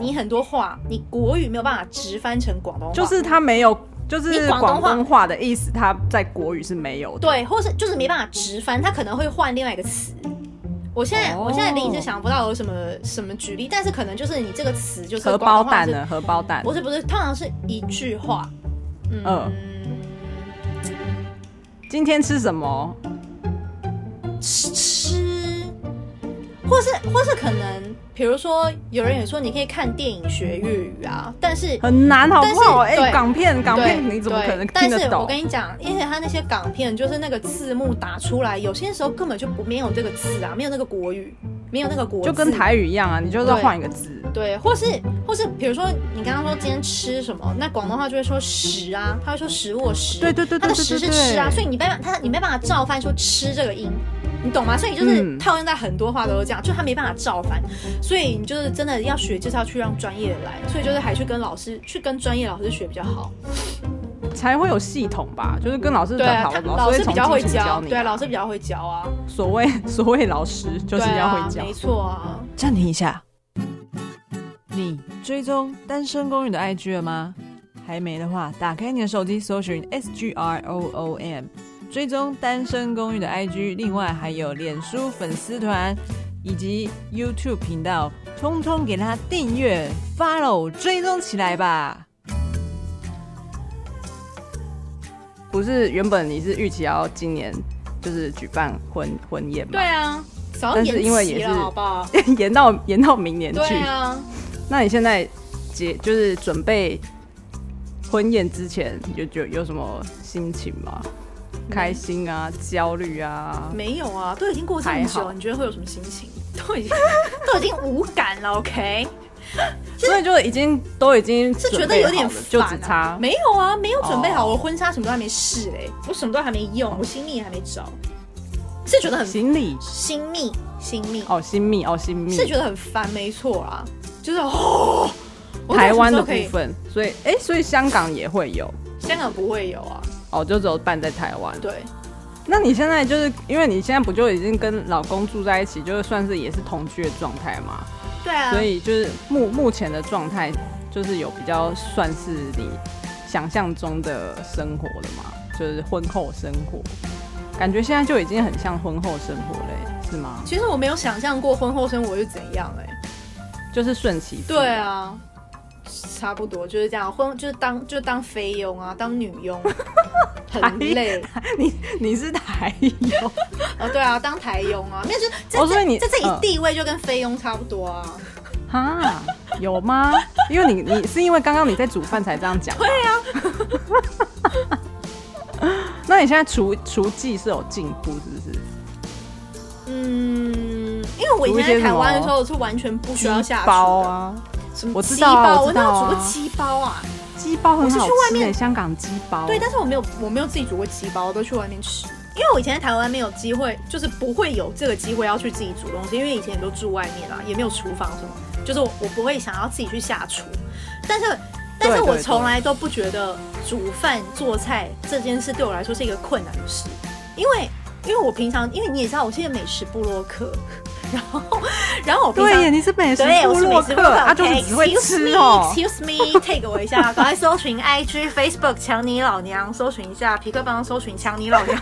F: 你很多话，你国语没有办法直翻成广东话，
B: 就是他没有，就是
F: 你广
B: 广
F: 东话
B: 东话的意思，他在国语是没有的。
F: 对，或是就是没办法直翻，他可能会换另外一个词。我现在、
B: 哦
F: 我现在临时想不到有什么什么举例，但是可能就是你这个词就是
B: 荷包
F: 广东话
B: 蛋
F: 是
B: 呢？荷包蛋
F: 不是不是，通常是一句话。嗯，
B: 嗯今天吃什么？
F: 吃吃，或是或是可能，比如说有人也说你可以看电影学粤语啊，但是
B: 很难，好不好？
F: 但
B: 哎
F: 是，对
B: 港片，港
F: 对
B: 片你怎么可能
F: 对但
B: 听得
F: 是我
B: 懂
F: 跟？你讲，因为他那些港片就是那个字幕打出来，有些时候根本就不没有这个字啊，没有那个国语，没有那个国字，
B: 就跟台语一样啊，你就是
F: 对
B: 换一个字。
F: 对，或是或是比如说你刚刚说今天吃什么，那广东话就会说食啊，他会说食我食，
B: 对对对
F: 他
B: 对
F: 的
B: 对
F: 食
B: 对
F: 是吃啊，
B: 对。
F: 所以你没办法，他你没办法照翻说吃这个音，你懂吗？所以就是
B: 嗯
F: 套用在很多话都是这样，就他没办法照翻，所以你就是真的要学，就是要去让专业的来，所以就是还去跟老师去跟专业老师学比较好。
B: 才会有系统吧，就是跟老师
F: 对
B: 的
F: 啊
B: 讨，
F: 他
B: 论，
F: 老师
B: 从
F: 比较会
B: 基础
F: 教，
B: 你
F: 对啊，老师比较会教啊，
B: 所谓所谓老师就是
F: 对
B: 要
F: 啊
B: 会教嗯
F: 没。错啊。
C: 暂停一下，你追踪单身公寓的 IG 了吗？还没的话，打开你的手机搜寻 S G R O O M，追踪单身公寓的 IG，另外还有脸书粉丝团以及 YouTube 频道，通通给它订阅、follow、追踪起来吧。
B: 不是原本你是预期要今年就是举办婚婚宴嘛？
F: 对啊，早
B: 但
F: 上
B: 是
F: 延
B: 因为
F: 期
B: 也
F: 了，
B: 是
F: 好不好？
B: 延到延到明年去。
F: 对啊，
B: 那你现在结就是准备婚宴之前有有有什么心情吗？开心啊，焦虑啊，
F: 没有啊，都已经过这
B: 还
F: 么
B: 好
F: 久，你觉得会有什么心情？都已经都已经无感了，OK？
B: 所以就已经都已经
F: 是觉
B: 准
F: 得
B: 备
F: 有点
B: 好
F: 烦、
B: 了
F: 啊，
B: 就只差
F: 没有啊，没有准备好，
B: 哦
F: 我婚纱什么都还没试嘞、我什么都还没用，我新密还没找，是觉得很
B: 行李
F: 新密新密、
B: 哦，新密哦，新密
F: 是觉得很烦，没错啊，就是哦，我到底
B: 台湾
F: 什么时候
B: 的
F: 可以
B: 部，分，所以哎、所以香港也会有
F: 香港不会有啊，
B: 哦，就只有办在台湾。
F: 对，
B: 那你现在就是因为你现在不就已经跟老公住在一起，就是算是也是同居的状态嘛？
F: 对啊，
B: 所以就是目目前的状态，就是有比较算是你想象中的生活了嘛？就是婚后生活，感觉现在就已经很像婚后生活嘞、是吗？
F: 其实我没有想象过婚后生活是怎样哎、
B: 就是顺其自
F: 对
B: 然，
F: 啊，差不多就是这样，婚就是当就当菲佣啊，当女 佣，很累
B: 你是台友，
F: 哦。对啊，当台佣啊，没有就是在
B: 哦所以你
F: 在这
B: 嗯
F: 里地位就跟菲佣差不多啊。
B: 哈，有吗？因为你你是因为刚刚你在煮饭才这样 讲。对啊。那你现在厨厨技是有进步是不是？
F: 嗯，因为我以
B: 煮一些
F: 前
B: 什
F: 在台湾的
B: 么
F: 时候是完全不需要下厨的
B: 包，啊，
F: 什么
B: 我知
F: 鸡
B: 道啊
F: 包，
B: 我
F: 我
B: 知
F: 哪
B: 道
F: 有煮
B: 啊
F: 过鸡包啊？
B: 鸡包很
F: 我是
B: 好
F: 去外
B: 吃
F: 面
B: 欸香港鸡包。
F: 对，但是我没有我没有自己煮过鸡包，我都去外面吃。因为我以前在台湾没有机会，就是不会有这个机会要去自己煮东西，因为以前也都住外面啦，也没有厨房什么，就是我我不会想要自己去下厨。但是，但是
B: 对
F: 我
B: 对
F: 从来都不觉得煮饭做菜这件事对我来说是一个困难的事，因为因为我平常因为你也知道我是一个美食部落客， 然后然后我平常
B: 对耶，你是美食
F: 对，我
B: 部
F: 是
B: 落
F: 美食
B: 客，
F: 部落客，
B: 他啊就是只会
F: OK，excuse
B: 吃
F: 哎 me，
B: 哦。
F: Excuse me，take 我一下，赶快搜寻 IG、Facebook，强尼老娘，搜寻一下，皮克帮搜寻强尼老娘，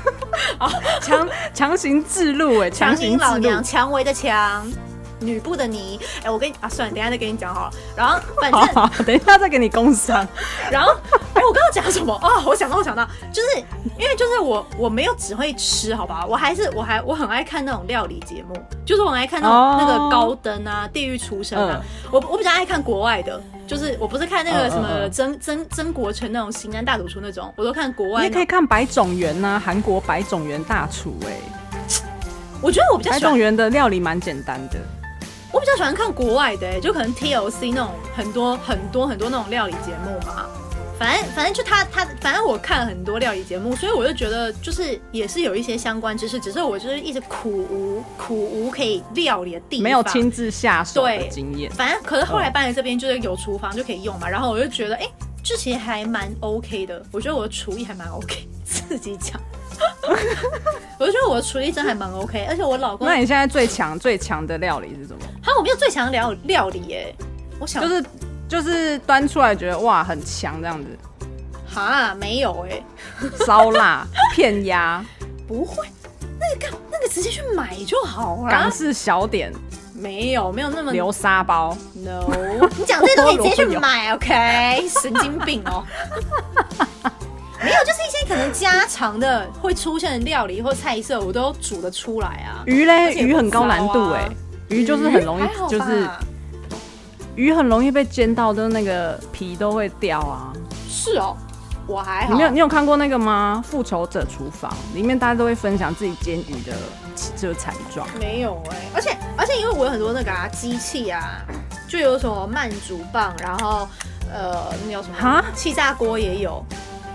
B: 强强行自录 哎，强
F: 尼
B: 行
F: 老
B: 自录
F: 娘，，蔷薇的蔷，女部的你，哎、我跟你啊，算了，等一下再跟你讲好了。然后反正，
B: 好，等一下再给你工伤。
F: 然后哎、我刚刚讲什么 啊、我想到，我想到，就是因为就是我我没有只会吃，好吧，我还是我还我很爱看那种料理节目，就是我很爱看那种、
B: 哦
F: 那个高登啊、地狱厨神啊，我我比较爱看国外的，就是我不是看那
B: 嗯嗯
F: 个什么
B: 嗯
F: 曾、曾曾国城那种《型男大主厨》那种，我都看国
B: 你
F: 外
B: 也
F: 那
B: 可以
F: 种。
B: 看百种园呐、韩国百种园大厨哎、
F: 我觉得我比较
B: 百
F: 喜欢
B: 种园的料理蛮简单的，
F: 我比较喜欢看国外的、欸，就可能 TLC 那种很多很多很多那种料理节目嘛。反正反正就他他反正我看了很多料理节目，所以我就觉得就是也是有一些相关知识，只是我就是一直苦无苦无可以料理的地方，
B: 没有亲自下手的
F: 对
B: 经验。
F: 反正可是后来搬来这边就是有厨房就可以用嘛，然后我就觉得哎、欸，这其实还蛮 OK 的，我觉得我的厨艺还蛮 OK，自 己讲，我就觉得我的厨艺真还蛮 OK，而且我老公
B: 那你现在最强最强的料理是什么？
F: 他我没有最强料料理耶、我想
B: 就是就是端出来觉得哇很强这样子，
F: 哈没有哎、
B: 烧 腊、片鸭、
F: 不会，那个干那个直接去买就好啦
B: 港。式小点、
F: 没有没有那么
B: 流沙包，
F: no，你讲这些东西你直接
B: 菠萝
F: 去
B: 油
F: 买，OK？神 经病哦。没有，就是一些可能家常的会出现的料理或菜色，我都煮得出来啊。
B: 鱼
F: 而
B: 嘞
F: 且也不
B: 鱼很高难度
F: 糟
B: 哎、
F: 啊
B: 鱼就是很容易
F: 还好吧
B: 就是鱼很容易被煎到，就是那个皮都会掉啊。
F: 是哦，我还好。
B: 你没有你有看过那个吗？《复仇者厨房》里面大家都会分享自己煎鱼的就是惨状。
F: 没有哎、而且而且因为我有很多那个啊机器啊，就有什么慢煮棒，然后呃那叫什
B: 哈
F: 么气炸锅也有，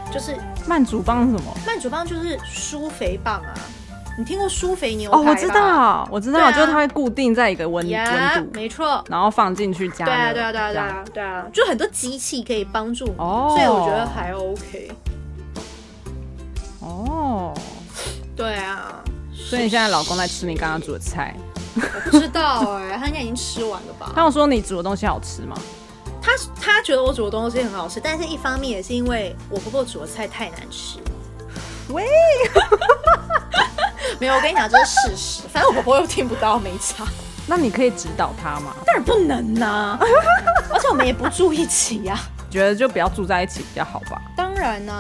F: 就是
B: 慢煮棒是什么？
F: 慢煮棒就是疏肥棒啊，你听过疏肥牛排
B: 哦，
F: 吧
B: 我知，道，我知道，
F: 对啊
B: 就是它会固定在一个温
F: 呀、
B: 温度，
F: 没错。
B: 然后放进去加
F: 对啊，
B: 热
F: 对啊，对啊，
B: 这
F: 对
B: 样
F: 啊，对啊，就很多机器可以帮助你，
B: 哦
F: 所以我觉得还 OK。
B: 哦，
F: 对啊，
B: 所以你现在老公在吃你刚刚煮的菜，
F: 我不知道哎、他应该已经吃完了 吧？
B: 他有说你煮的东西好吃吗？
F: 他他觉得我煮的东西很好吃，但是一方面也是因为我婆婆煮的菜太难吃。
B: 喂，
F: 没有，我跟你讲这是事实，反正我婆婆又听不到，没差。
B: 那你可以指导他吗？
F: 当然不能呐、而且我们也不住一起啊呀、
B: 觉得就不要住在一起比较好吧？
F: 当然呢、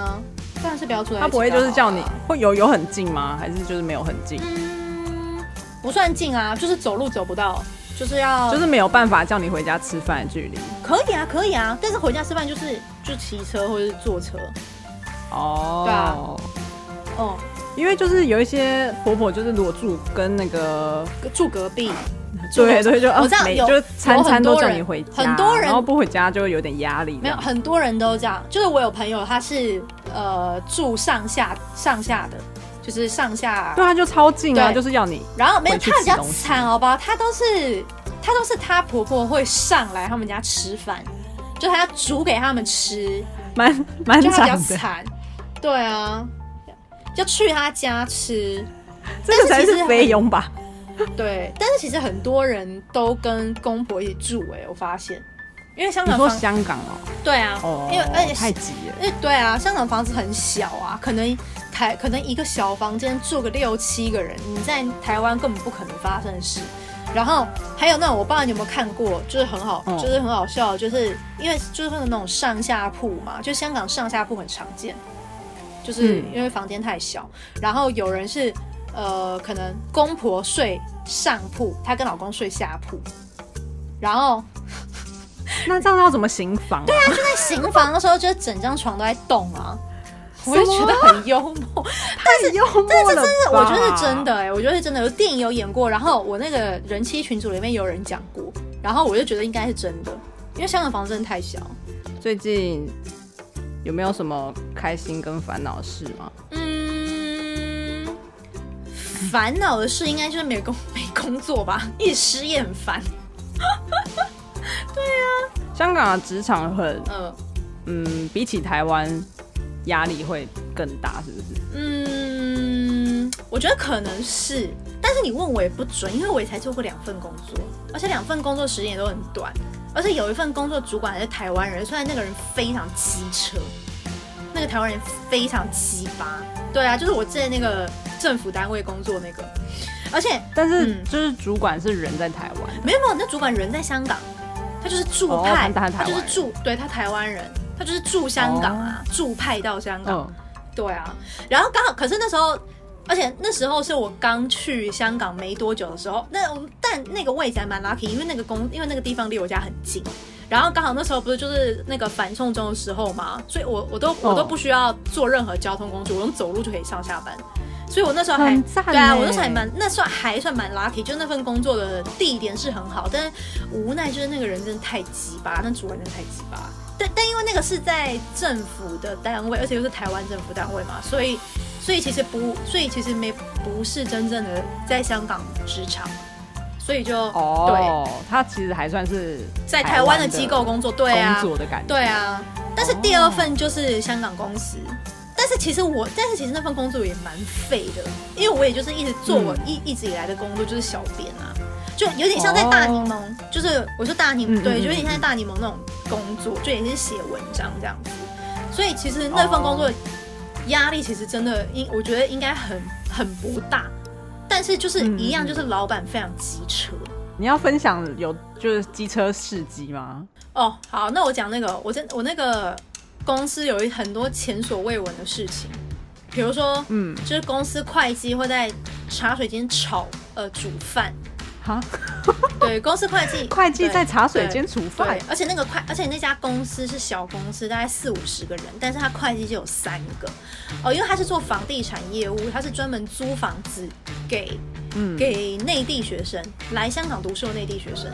F: 当然是不要住在一起。
B: 他不会就是叫你，会有有很近吗？还是就是没有很近？
F: 啊嗯，不算近啊，就是走路走不到，就是要
B: 就是没有办法叫你回家吃饭的距离
F: 可以啊，可以啊，但是回家吃饭就是就骑车或者是坐车。
B: 哦。
F: 对啊哦，
B: 因为就是有一些婆婆，就是裸住跟那个
F: 住隔壁，
B: 对对，就
F: 我知道
B: 啊每
F: 有
B: 就餐
F: 有
B: 餐
F: 很
B: 都
F: 多
B: 叫
F: 人
B: 你回家，
F: 很多人
B: 然后不回家就会有点压力。
F: 没有，很多人都这样，就是我有朋友他是呃住上下上下的，就是上下，
B: 对啊，就超近啊，
F: 对
B: 就是要你
F: 然后没有
B: 回去
F: 他比较
B: 吃东西
F: 惨，好哦不好？他都是他都是他婆婆会上来他们家吃饭，就他要煮给他们吃，
B: 蛮蛮
F: 就他比较
B: 惨的。
F: 惨，对啊，就去他家吃，
B: 这个才
F: 但是其
B: 是
F: 实
B: 菲佣吧？
F: 对。但是其实很多人都跟公婆一起住、哎，我发现，因为香
B: 你
F: 港
B: 说
F: 房
B: 香港哦，
F: 对啊，
B: 哦，
F: 因为而且
B: 太挤了。
F: 因为对啊，香港房子很小啊，可能台可能一个小房间住个六七个人，你在台湾根本不可能发生的事。然后还有那种，我不知道你有没有看过，就是很好，
B: 嗯
F: 就是很好笑，就是因为就是会有那种上下铺嘛，就香港上下铺很常见，就是
B: 嗯
F: 因为房间太小，然后有人是呃，可能公婆睡上铺，她跟老公睡下铺，然后
B: 那这样要怎么行房啊？对啊，
F: 在行房的时候，就是整张床都在动啊，我就觉得很幽默。
B: 太幽默哎了吧。
F: 但是我觉得是真的哎、我觉得是真的，有电影有演过，然后我那个人妻群组里面有人讲过，然后我就觉得应该是真的，因为香港房子真的太小。
B: 最近有没有什么开心跟烦恼的事吗？
F: 嗯，烦恼的事应该就是没工没工作吧，一失业很烦。
B: 香港的职场很，
F: 嗯
B: 嗯，比起台湾压力会更大，是不是？
F: 嗯，我觉得可能是，但是你问我也不准，因为我也才做过两份工作，而且两份工作时间也都很短，而且有一份工作主管还是台湾人，虽然那个人非常机车，那个台湾人非常鸡巴，对啊，就是我之前那个政府单位工作那个，而且
B: 但是
F: 嗯
B: 就是主管是人在台湾，
F: 没有没有，那主管人在香港，他就是驻
B: 哦
F: 派，
B: 他他是台湾
F: 就是
B: 人
F: 驻，对他台湾人，他他就是住香港啊，驻派到香
C: 哦
F: 港。
B: 嗯
F: 对啊，然后刚好，可是那时候，而且那时候是我刚去香港没多久的时候，那我但那个位置还蛮 lucky，因为那个公，因为那个地方离我家很近。然后刚好那时候不是就是那个反送中的时候嘛，所以我我都我都不需要坐任何交通工具，我用走路就可以上下班。所以我那时候还
C: 很赞
F: 对啊，
C: 欸
F: 我那时候还蛮那算还算蛮 lucky，就那份工作的地点是很好，但是无奈就是那个人真的太鸡巴，那主管真的太鸡巴。但但因为那个是在政府的单位，而且又是台湾政府单位嘛，所以所以其实不，所以其实没不是真正的在香港职场，所以就、
B: 哦，他其实还算是
F: 对在台湾的机构工作，对啊
B: 工，作的感觉，
F: 对啊，但是第二份就是香港公司。但是其实我，但是其实那份工作也蛮废的，因为我也就是一直做
B: 嗯
F: 我一、一直以来的工作，就是小编啊，就有点像在大柠檬，就是我说大柠
B: 哦嗯嗯
F: 对，
B: 嗯
F: 就有点像在大柠檬那种工作，就也是写文章这样子。所以其实那份工作压力其实真的应，我觉得应该很很不大，但是就是一样，
B: 嗯嗯
F: 就是老板非常机车。
B: 你要分享有就是机车事迹吗？
F: 哦，好，那我讲那个，我真我那个公司有一很多前所未闻的事情，比如说，
B: 嗯，
F: 就是公司会计会在茶水间炒呃煮饭，
B: 哈，
F: 对，公司会计
B: 会计
F: 对
B: 在茶水
F: 对
B: 间煮饭
F: 对，，而且那个会，而且那家公司是小公司，大概四五十个人，但是他会计就有三个，哦，因为他是做房地产业务，他是专门租房子给
B: 嗯，
F: 给内地学生来香港读书的内地学生，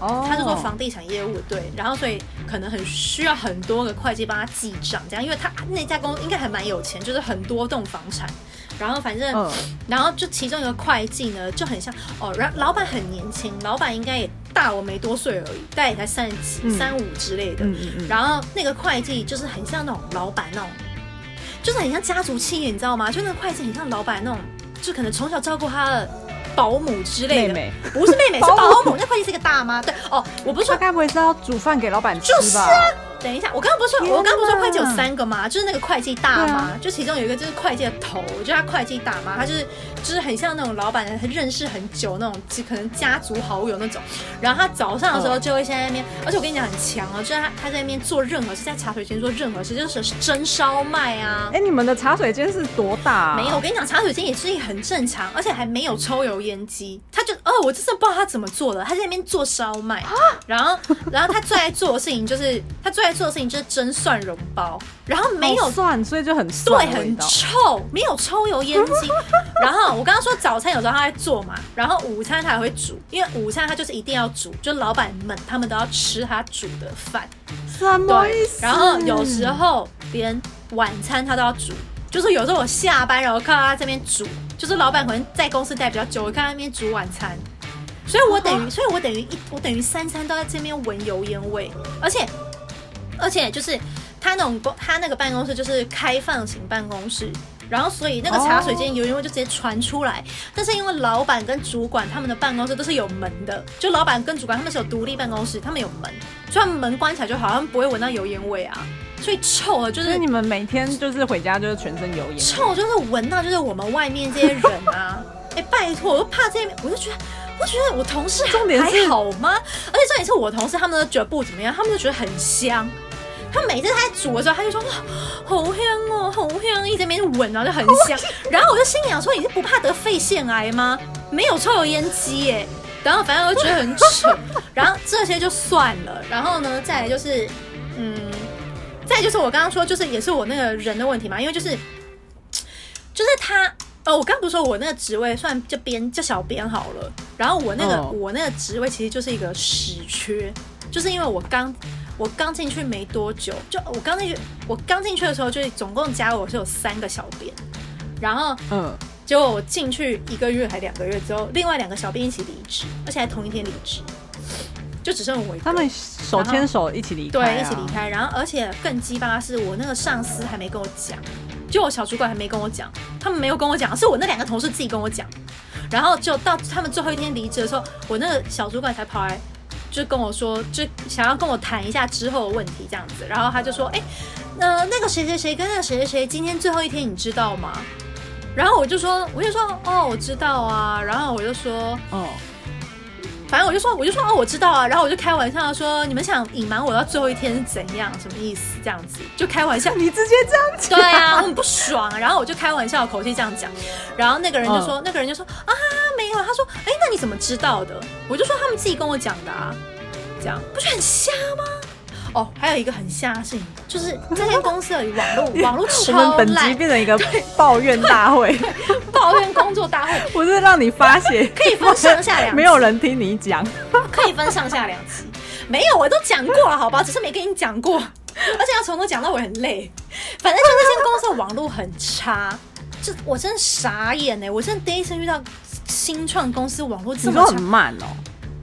B: 哦
F: 他是做房地产业务，对，然后所以可能很需要很多个会计帮他记账，这样，因为他那家公应该还蛮有钱，就是很多栋房产，然后反正，
B: 嗯，
F: 然后就其中一个会计呢就很像哦，然后老板很年轻，老板应该也大我没多岁而已，大概也才三十几、
B: 嗯
F: 三五之类的，
B: 嗯嗯嗯，
F: 然后那个会计就是很像那种老板那种，就是很像家族企业，你知道吗？就那个会计很像老板那种，就可能从小照顾他的保姆之类
B: 妹
F: 的，
B: 妹，
F: 不是妹 妹，是
B: 保姆
F: 保姆。那会计是个大妈，对哦，我不是
B: 他
F: 说。
B: 该不会是要煮饭给老板吃吧？
F: 就是啊等一下，我刚刚不是
B: 天
F: 说，
B: 哪
F: 我刚刚不是说会计有三个吗？就是那个会计大
B: 对
F: 妈，
B: 啊
F: 就其中有一个就是会计的头，我觉得他会计大妈，她就是就是很像那种老板认识很久那种，可能家族好友那种。然后他早上的时候就会先在那边，而且我跟你讲很强哦，就是他他在那边做任何事，在茶水间做任何事，就是蒸烧麦啊。
B: 哎、你们的茶水间是多大、啊？
F: 没有，我，跟你讲，茶水间也是很正常，而且还没有抽油烟机。他就哦，我真的不知道他怎么做的，他在那边做烧麦，然后然后他最爱做的事情就是他最爱做的事情就是蒸蒜蓉包，然后没有
B: 好蒜，所以就很蒜
F: 对，
B: 的味
F: 很
B: 道。
F: 臭，没有抽油烟机。然后我刚刚说早餐有时候他在做嘛，然后午餐他还会煮，因为午餐他就是一定要煮，就老板们他们都要吃他煮的饭。
B: 什么意
F: 对，
B: 思？
F: 然后有时候连晚餐他都要煮，就是有时候我下班然后看到他这边煮，就是老板可能在公司待比较久，我看他那边煮晚餐，所以我等于，所以我等于一，我等于三餐都在这边闻油烟味，而且，而且就是他那种公，他那个办公室就是开放型办公室。然后，所以那个茶水间油烟味就直接传出来。但是因为老板跟主管他们的办公室都是有门的，就老板跟主管他们是有独立办公室，他们有门，所以他们门关起来就好，他们不会闻到油烟味啊。所以臭了就
B: 所以
F: 是
B: 你们每天就是回家就是全身油烟，
F: 臭就是闻到，就是我们外面这些人 啊，哎、拜托，我都怕这些，我就觉得，我就觉得我同事重
B: 点是
F: 还好吗？而且重点是我同事他们都觉得不怎么样，他们就觉得很香。他每次他在煮的时候，他就说哇，好香哦，好香，一直在那边闻，然后就很香。
B: 哦
F: 然后我就心想说，你是不怕得肺腺癌吗？没有抽油烟机耶。然后反正我就觉得很扯。然后这些就算了，然后呢，再来就是，嗯，再来就是我刚刚说，就是也是我那个人的问题嘛，因为就是嗯就是他，呃，我刚不是说我那个职位算就编就小编好了，然后我那个、
B: 哦
F: 我那个职位其实就是一个死缺，就是因为我刚我刚进去没多久，就我刚进去我刚进去的时候，就是总共加我是有三个小编，然后
B: 嗯，
F: 结果我进去一个月还两个月之后，另外两个小编一起离职，而且还同一天离职，就只剩我一个。
B: 他们手牵手一起离开、啊
F: 对，一起离。开。然后，而且更鸡巴的是，我那个上司还没跟我讲，就我小主管还没跟我讲，他们没有跟我讲，是我那两个同事自己跟我讲。然后就到他们最后一天离职的时候，我那个小主管才跑来，就跟我说，就想要跟我谈一下之后的问题这样子。然后他就说，哎、呃，那个谁谁谁跟那个谁谁谁今天最后一天，你知道吗？然后我就说，我就说，哦，我知道啊。然后我就说，
B: 哦，
F: 反正我就说，我就说哦，我知道啊。然后我就开玩笑说，你们想隐瞒我到最后一天是怎样，什么意思？这样子就开玩笑。
G: 你直接这样讲，
F: 对啊，我很不爽。然后我就开玩笑的口气这样讲，然后那个人就说，那个人就说啊，没有。他说，哎，那你怎么知道的？我就说他们自己跟我讲的啊，这样不是很瞎吗？哦，还有一个很瞎的事情，就是这间公司的网 络网络
B: 我们
F: 超
B: 本集
F: 烂，
B: 变成一个抱怨大会，
F: 抱怨工作大会
B: 不是让你发泄，
F: 可以分上下两集
B: 没有人听你讲。
F: 可以分上下两集。没有，我都讲过了，好吧，只是没跟你讲过，而且要从头讲到尾很累。反正就那间公司的网络很差，这我真的傻眼哎、我真的第一次遇到新创公司网络这
G: 你
F: 么
G: 说
F: 差
G: 很，慢哦、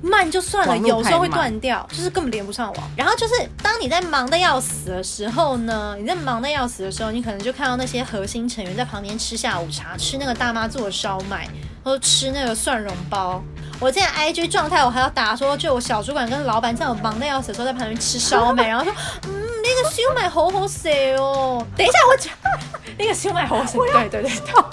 F: 慢就算了，
G: 网络太
F: 有时候会
G: 慢
F: 断掉，就是根本连不上网。然后就是当你在忙的要死的时候呢，你在忙的要死的时候，你可能就看到那些核心成员在旁边吃下午茶，吃那个大妈做的烧麦，或者吃那个蒜蓉包。我之前 IG 状态我还要打说，就我小主管跟老板在我忙的要死的时候在旁边吃烧 麦，然后说，嗯，那个烧麦好好食哦。等一下我讲， 那个烧麦好好食，对对对，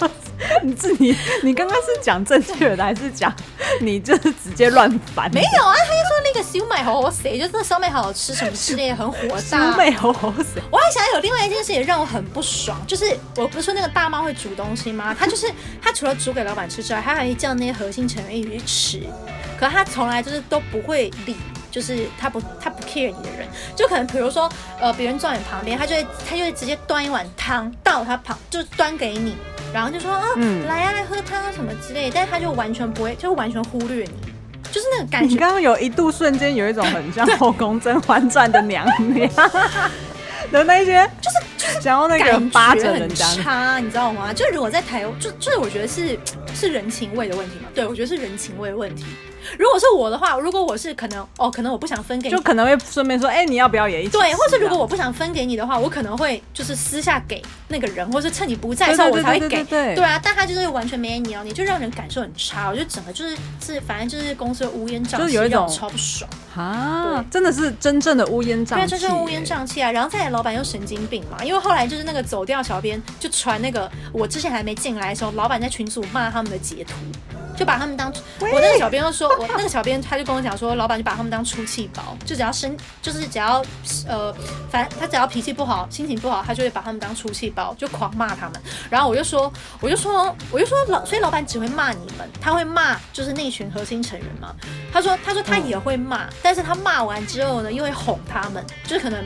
B: 你自己，你刚刚是讲正确的，还是讲你就是直接乱翻？
F: 没有啊，他就说那个烧麦好好食，就是那烧麦好好吃什么之类的，很火大。
B: 猪妹猴猴谁？
F: 我还想有另外一件事也让我很不爽，就是呃我不是说那个大妈会煮东西吗？她就是她除了煮给老板吃之外，她还叫那些核心成员一起去吃，可她从来就是都不会理。就是她不，她不 care 你的人，就可能比如说，呃，别人坐在你旁边，她就会，她就会直接端一碗汤到她旁，就端给你，然后就说啊，
G: 嗯
F: 来啊，来喝汤啊什么之类的，但是她就完全不会，就完全忽略你，就是那个感
B: 你
F: 觉，
B: 刚刚有一度瞬间有一种很像《后宫甄嬛传》的娘娘的那 些，就是想要那个
F: 感
B: 巴
F: 觉
B: 着
F: 很
B: 人家。
F: 差，你知道吗？就是如果在台，就就是我觉得是是人情味的问题嘛。对，我觉得是人情味的问题。如果是我的话，如果我是可能哦，可能我不想分给你
B: 就，可能会顺便说，哎、你要不要也一起吃啊？
F: 对，或是如果我不想分给你的话，我可能会就是私下给那个人，或是趁你不在的时候
B: 对
F: 我
B: 对
F: 才会
B: 对对
F: 给。
B: 对对
F: 对啊，但他就是完全没你哦要你，就让人感受很差。我觉得整个就是是，反正就是公司的乌烟瘴
B: 就是
F: 气，
B: 有一
F: 让我
B: 种
F: 超不爽。
B: 啊，真的是真正的乌烟瘴气
F: 对
B: 耶，
F: 啊，就是乌烟瘴气啊。然后再来，老板又神经病嘛，因为后来就是那个走掉小编就传那个我之前还没进来的时候，老板在群组骂他们的截图，就把他们当我那个小编就说，我那个小编他就跟我讲说，老板就把他们当出气包，就只要生就是只要呃，反正他只要脾气不好、心情不好，他就会把他们当出气包，就狂骂他们。然后我就说，我就说，我就说老，所以老板只会骂你们，他会骂就是那群核心成员嘛。他说，他说
B: 嗯
F: 他也会骂，但是他骂完之后呢，又会哄他们，就是 可能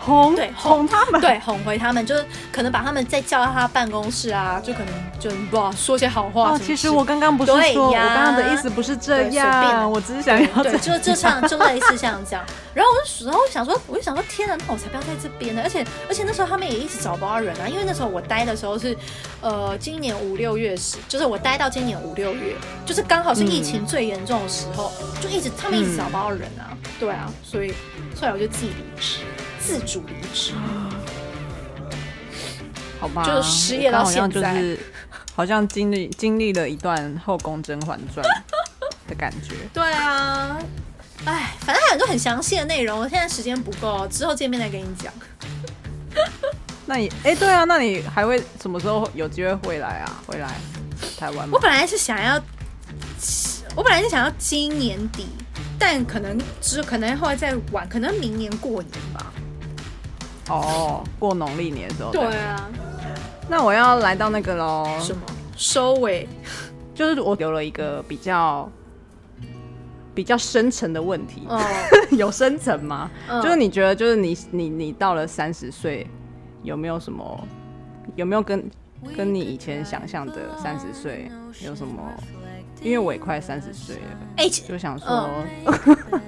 B: 哄
F: 对
B: 哄他们，
F: 对哄回他们，就是可能把他们再叫到他办公室啊，就可能就不知道说些好话什
B: 哦
F: 么，之类的。
B: 其实我刚刚不是
F: 对
B: 说，我
F: 呀
B: 刚刚的意思不是这
F: 对随便
B: 样，我只是想要
F: 对，
B: 这
F: 就 就像就类似像这样。然后我就然后我想说，我就想说，天哪，啊那我才不要在这边呢！而且而且那时候他们也一直找不到人啊，因为那时候我待的时候是，呃，今年五六月时，就是我待到今年五六月，就是刚好是疫情最严重的时候，就一直他们一直找不到人啊，对啊，所以后来我就自己离职，自主离职。
G: 好吧，
F: 就是失业到
G: 我刚好像
F: 现在
G: 就是好像经历经历了一段《后宫甄嬛传》的感觉。
F: 对啊，哎，反正还有很多很详细的内容，我现在时间不够，之后见面再跟你讲。
B: 那你哎、对啊，那你还会什么时候有机会回来啊？回来台湾吗
F: 我？本来是想要，我本来是想要今年底，但可能只可能后来再晚，可能明年过年吧。
B: 哦，过农历年的时候。
F: 对。啊，
B: 那我要来到那个喽，
F: 什么收尾？
B: 就是我留了一个比较比较深层的问题，
F: 哦，
B: 有深层吗？
F: 嗯
B: 就是你觉得，就是你你你到了三十岁，有没有什么？有没有跟跟你以前想象的三十岁有什么？因为我也快三十岁了，
F: 哎、其
B: 就想说，
F: 嗯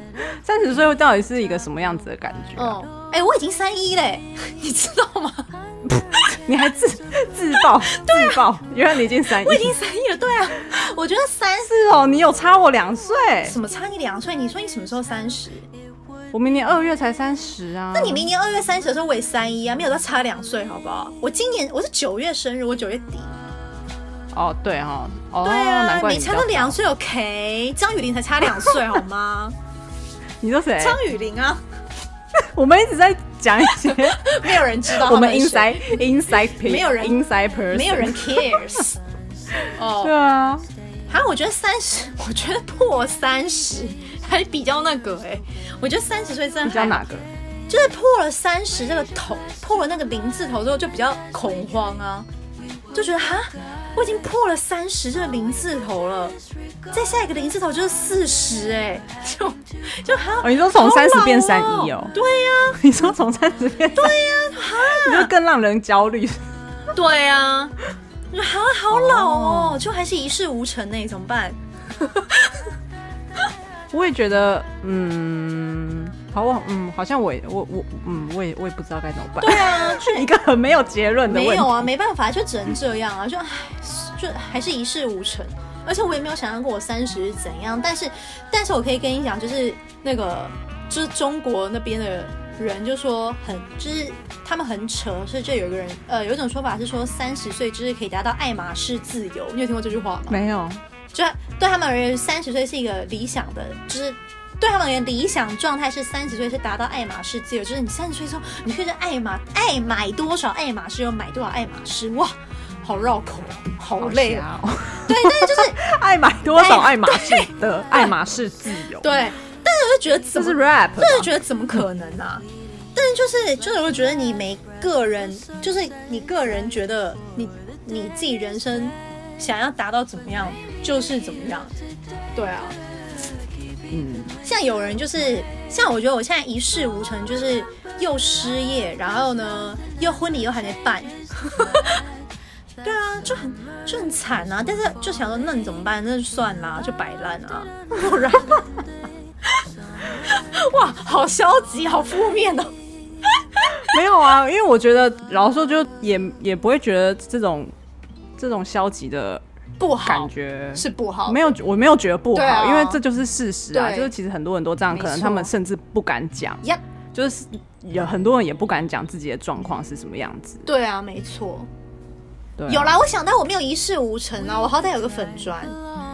B: 三十岁到底是一个什么样子的感觉啊、
F: 哦，哎、我已经三一嘞，你知道吗？
B: 你 还自自爆自爆？原来你已经三
F: 啊
B: 一，
F: 我已经三一了，对啊，我觉得三
B: 是哦，你有差我两岁，
F: 什么差你两岁？你说你什么时候三十？
B: 我明年二月才三十啊。
F: 那你明年二月三十的时候我也三一啊，没有到差两岁，好不好？我今年我是九月生日，我九月底。
B: 哦对哈、哦，
F: 对
B: 难
F: 啊，
B: 怪
F: 你
B: 你
F: 差
B: 比
F: 到
B: 较
F: 两
B: 早，
F: 岁，OK？张雨林才差两岁，好 吗？
B: 你说谁？
F: 张雨林啊，
B: 我们一直在讲一 些
F: 没有人知道他
B: 我们
F: 是谁
B: inside inside
F: 没有人
B: inside person，
F: 没有人 cares。
B: 对
F: 哦，
B: 啊，
F: 啊，我觉得三十， 我觉得破三十还比较那个哎、我觉得三十岁真的
B: 比较
F: 还
B: 哪个？
F: 就是破了三十这个头，破了那个零字头之后就比较恐慌啊，就觉得哈，我已经破了三十这个零字头了，再下一个零字头就是四十哎，就就哈，
B: 哦，你说从
F: 好
B: 三十
F: 老
B: 变三一哦？
F: 对啊呀、
B: 你说从三十变对呀、你就更让人焦虑。
F: 对呀、啊，就哈好老哦，就还是一事无成呢，怎么办？
B: 我也觉得，嗯，好，我嗯，好像我也我我嗯，我也我也不知道该怎么办，
F: 对啊，就
B: 一个很没有结论的
F: 没
B: 问
F: 有
B: 题。
F: 啊，没办法，就只能这样啊，就唉，就还是一事无成。而且我也没有想象过我三十是怎样，但是，但是我可以跟你讲，就是那个，就是中国那边的人就说很，就是他们很扯，是就有一个人，呃，有一种说法是说三十岁就是可以达到爱马仕自由，你有听过这句话吗？
B: 没有，
F: 就对他们而言，三十岁是一个理想的，就是对他们而言，理想状态是三十岁是达到爱马仕自由，就是你三十岁之后，你可以在爱哎马爱买多少爱马仕就买多少爱马仕，哇，好绕口哦，好累啊。
B: 啊！
F: 对，但是就是
B: 爱买多少爱马仕的爱马仕自由，，
F: 对，但是我就觉得
B: 这
F: 怎
B: 是
F: 么，
B: rap 吧。
F: 但是觉得怎么可能啊？ 但是就是就是，我觉得你每个人，就是你个人觉得你你自己人生想要达到怎么样，就是怎么样，对啊。
B: 嗯，
F: 像有人就是，像我觉得我现在一事无成，就是又失业，然后呢又婚礼又还没办， 对啊，就很就很惨啊。但是就想说，那你怎么办？那就算啦，就摆烂啊，不然，哇，好消极，好负面哦。
B: 没有啊，因为我觉得老实说，就也也不会觉得这种这种消极的
F: 不好，
B: 感觉
F: 是不好，
B: 没有，我没有觉得不好，
F: 对啊
B: 因为这就是事实啊。
F: 对
B: 就是其实很多人都这样，
F: 没
B: 可能
F: 错
B: 他们甚至不敢讲，
F: 呀，
B: 就是有很多人也不敢讲自己的状况是什么样子。
F: 对啊，没错。
B: 对啊，
F: 有啦，我想到我没有一事无成啊，我好歹有个粉砖，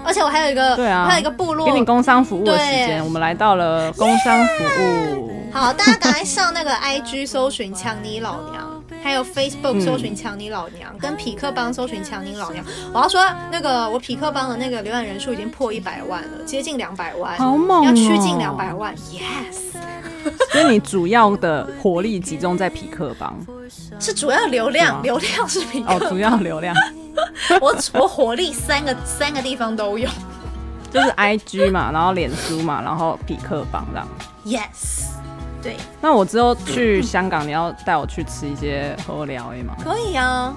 F: 而且我还有一个，
B: 对啊
F: 我还有一个部落
B: 给你工商服务的时间，
F: 对
B: 我们来到了工商服务。
F: 好，大家赶快上那个 IG 搜寻“强尼老娘”，还有
B: 嗯
F: Facebook 搜寻“强尼老娘”，跟匹克帮搜寻“强尼老娘”。我要说，那个我匹克帮的那个浏览人数已经破一百万了，接近两百万，
B: 好猛哦
F: 要趋近两百万，yes，
B: 所以你主要的火力集中在匹克帮
F: 是主要流量，流量是匹
B: 哦，
F: 克，
B: 主要流量
F: 我我火力三个三个地方都有
B: 就是 I G 嘛，然后脸书嘛，然后匹克帮这样。
F: ，yes，对，
B: 那我之后去香港，你要带我去吃一些喝聊 A 吗？
F: 可以啊，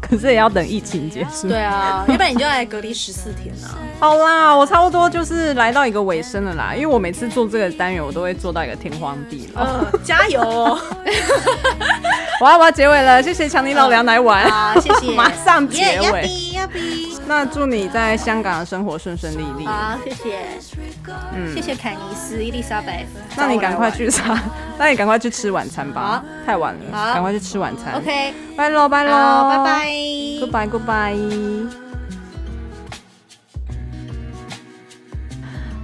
B: 可是也要等疫情结束。
F: 对 啊，要不然你就来隔离十四天啊，
B: 好啦，我差不多就是来到一个尾声了啦，因为我每次做这个单元，我都会做到一个天荒地老。
F: 嗯，加油哦，
B: 我要我要结尾了，谢谢强尼老梁来 玩，
F: 好，谢谢，
B: 马上结
F: 耶，要
B: 尾。
F: 逼要逼。
B: 那祝你在香港的生活顺顺利利。
F: 好，谢谢，嗯，谢谢凯尼斯、伊丽莎白。
B: 那你赶快去查， 那你赶快去吃晚餐吧
F: 好，
B: 太晚了，
F: 好
B: 赶快去吃晚餐。
F: ，OK，
B: 拜喽拜
F: 好，
B: 喽，
F: 拜拜。
B: ，Goodbye Goodbye。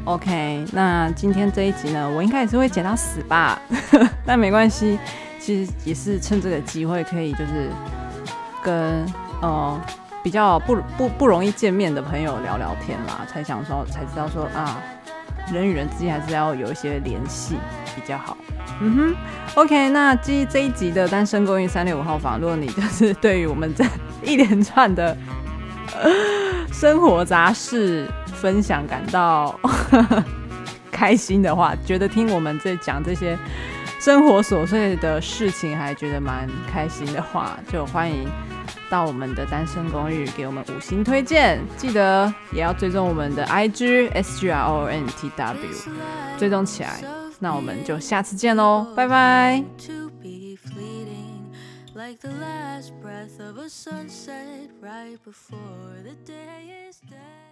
B: OK，那今天这一集呢，我应该也是会剪到死吧， 但没关系，其实也是趁这个机会可以就是跟呃比较不不不容易见面的朋友聊聊天啦，才想说才知道说啊，人与人之间还是要有一些联系比较好。嗯哼，OK，那基于这一集的单身公寓三六五号房，如果你就是对于我们这一连串的呃生活杂事分享感到 开心的话，觉得听我们这讲这些生活琐碎的事情还觉得蛮开心的话，就欢迎到我们的单身公寓给我们五星推荐，记得也要追踪我们的 IG S G R O N T W，追踪起来。那我们就下次见喽，拜拜。
H: to be fleeting like the last breath of a sunset right before the day is dead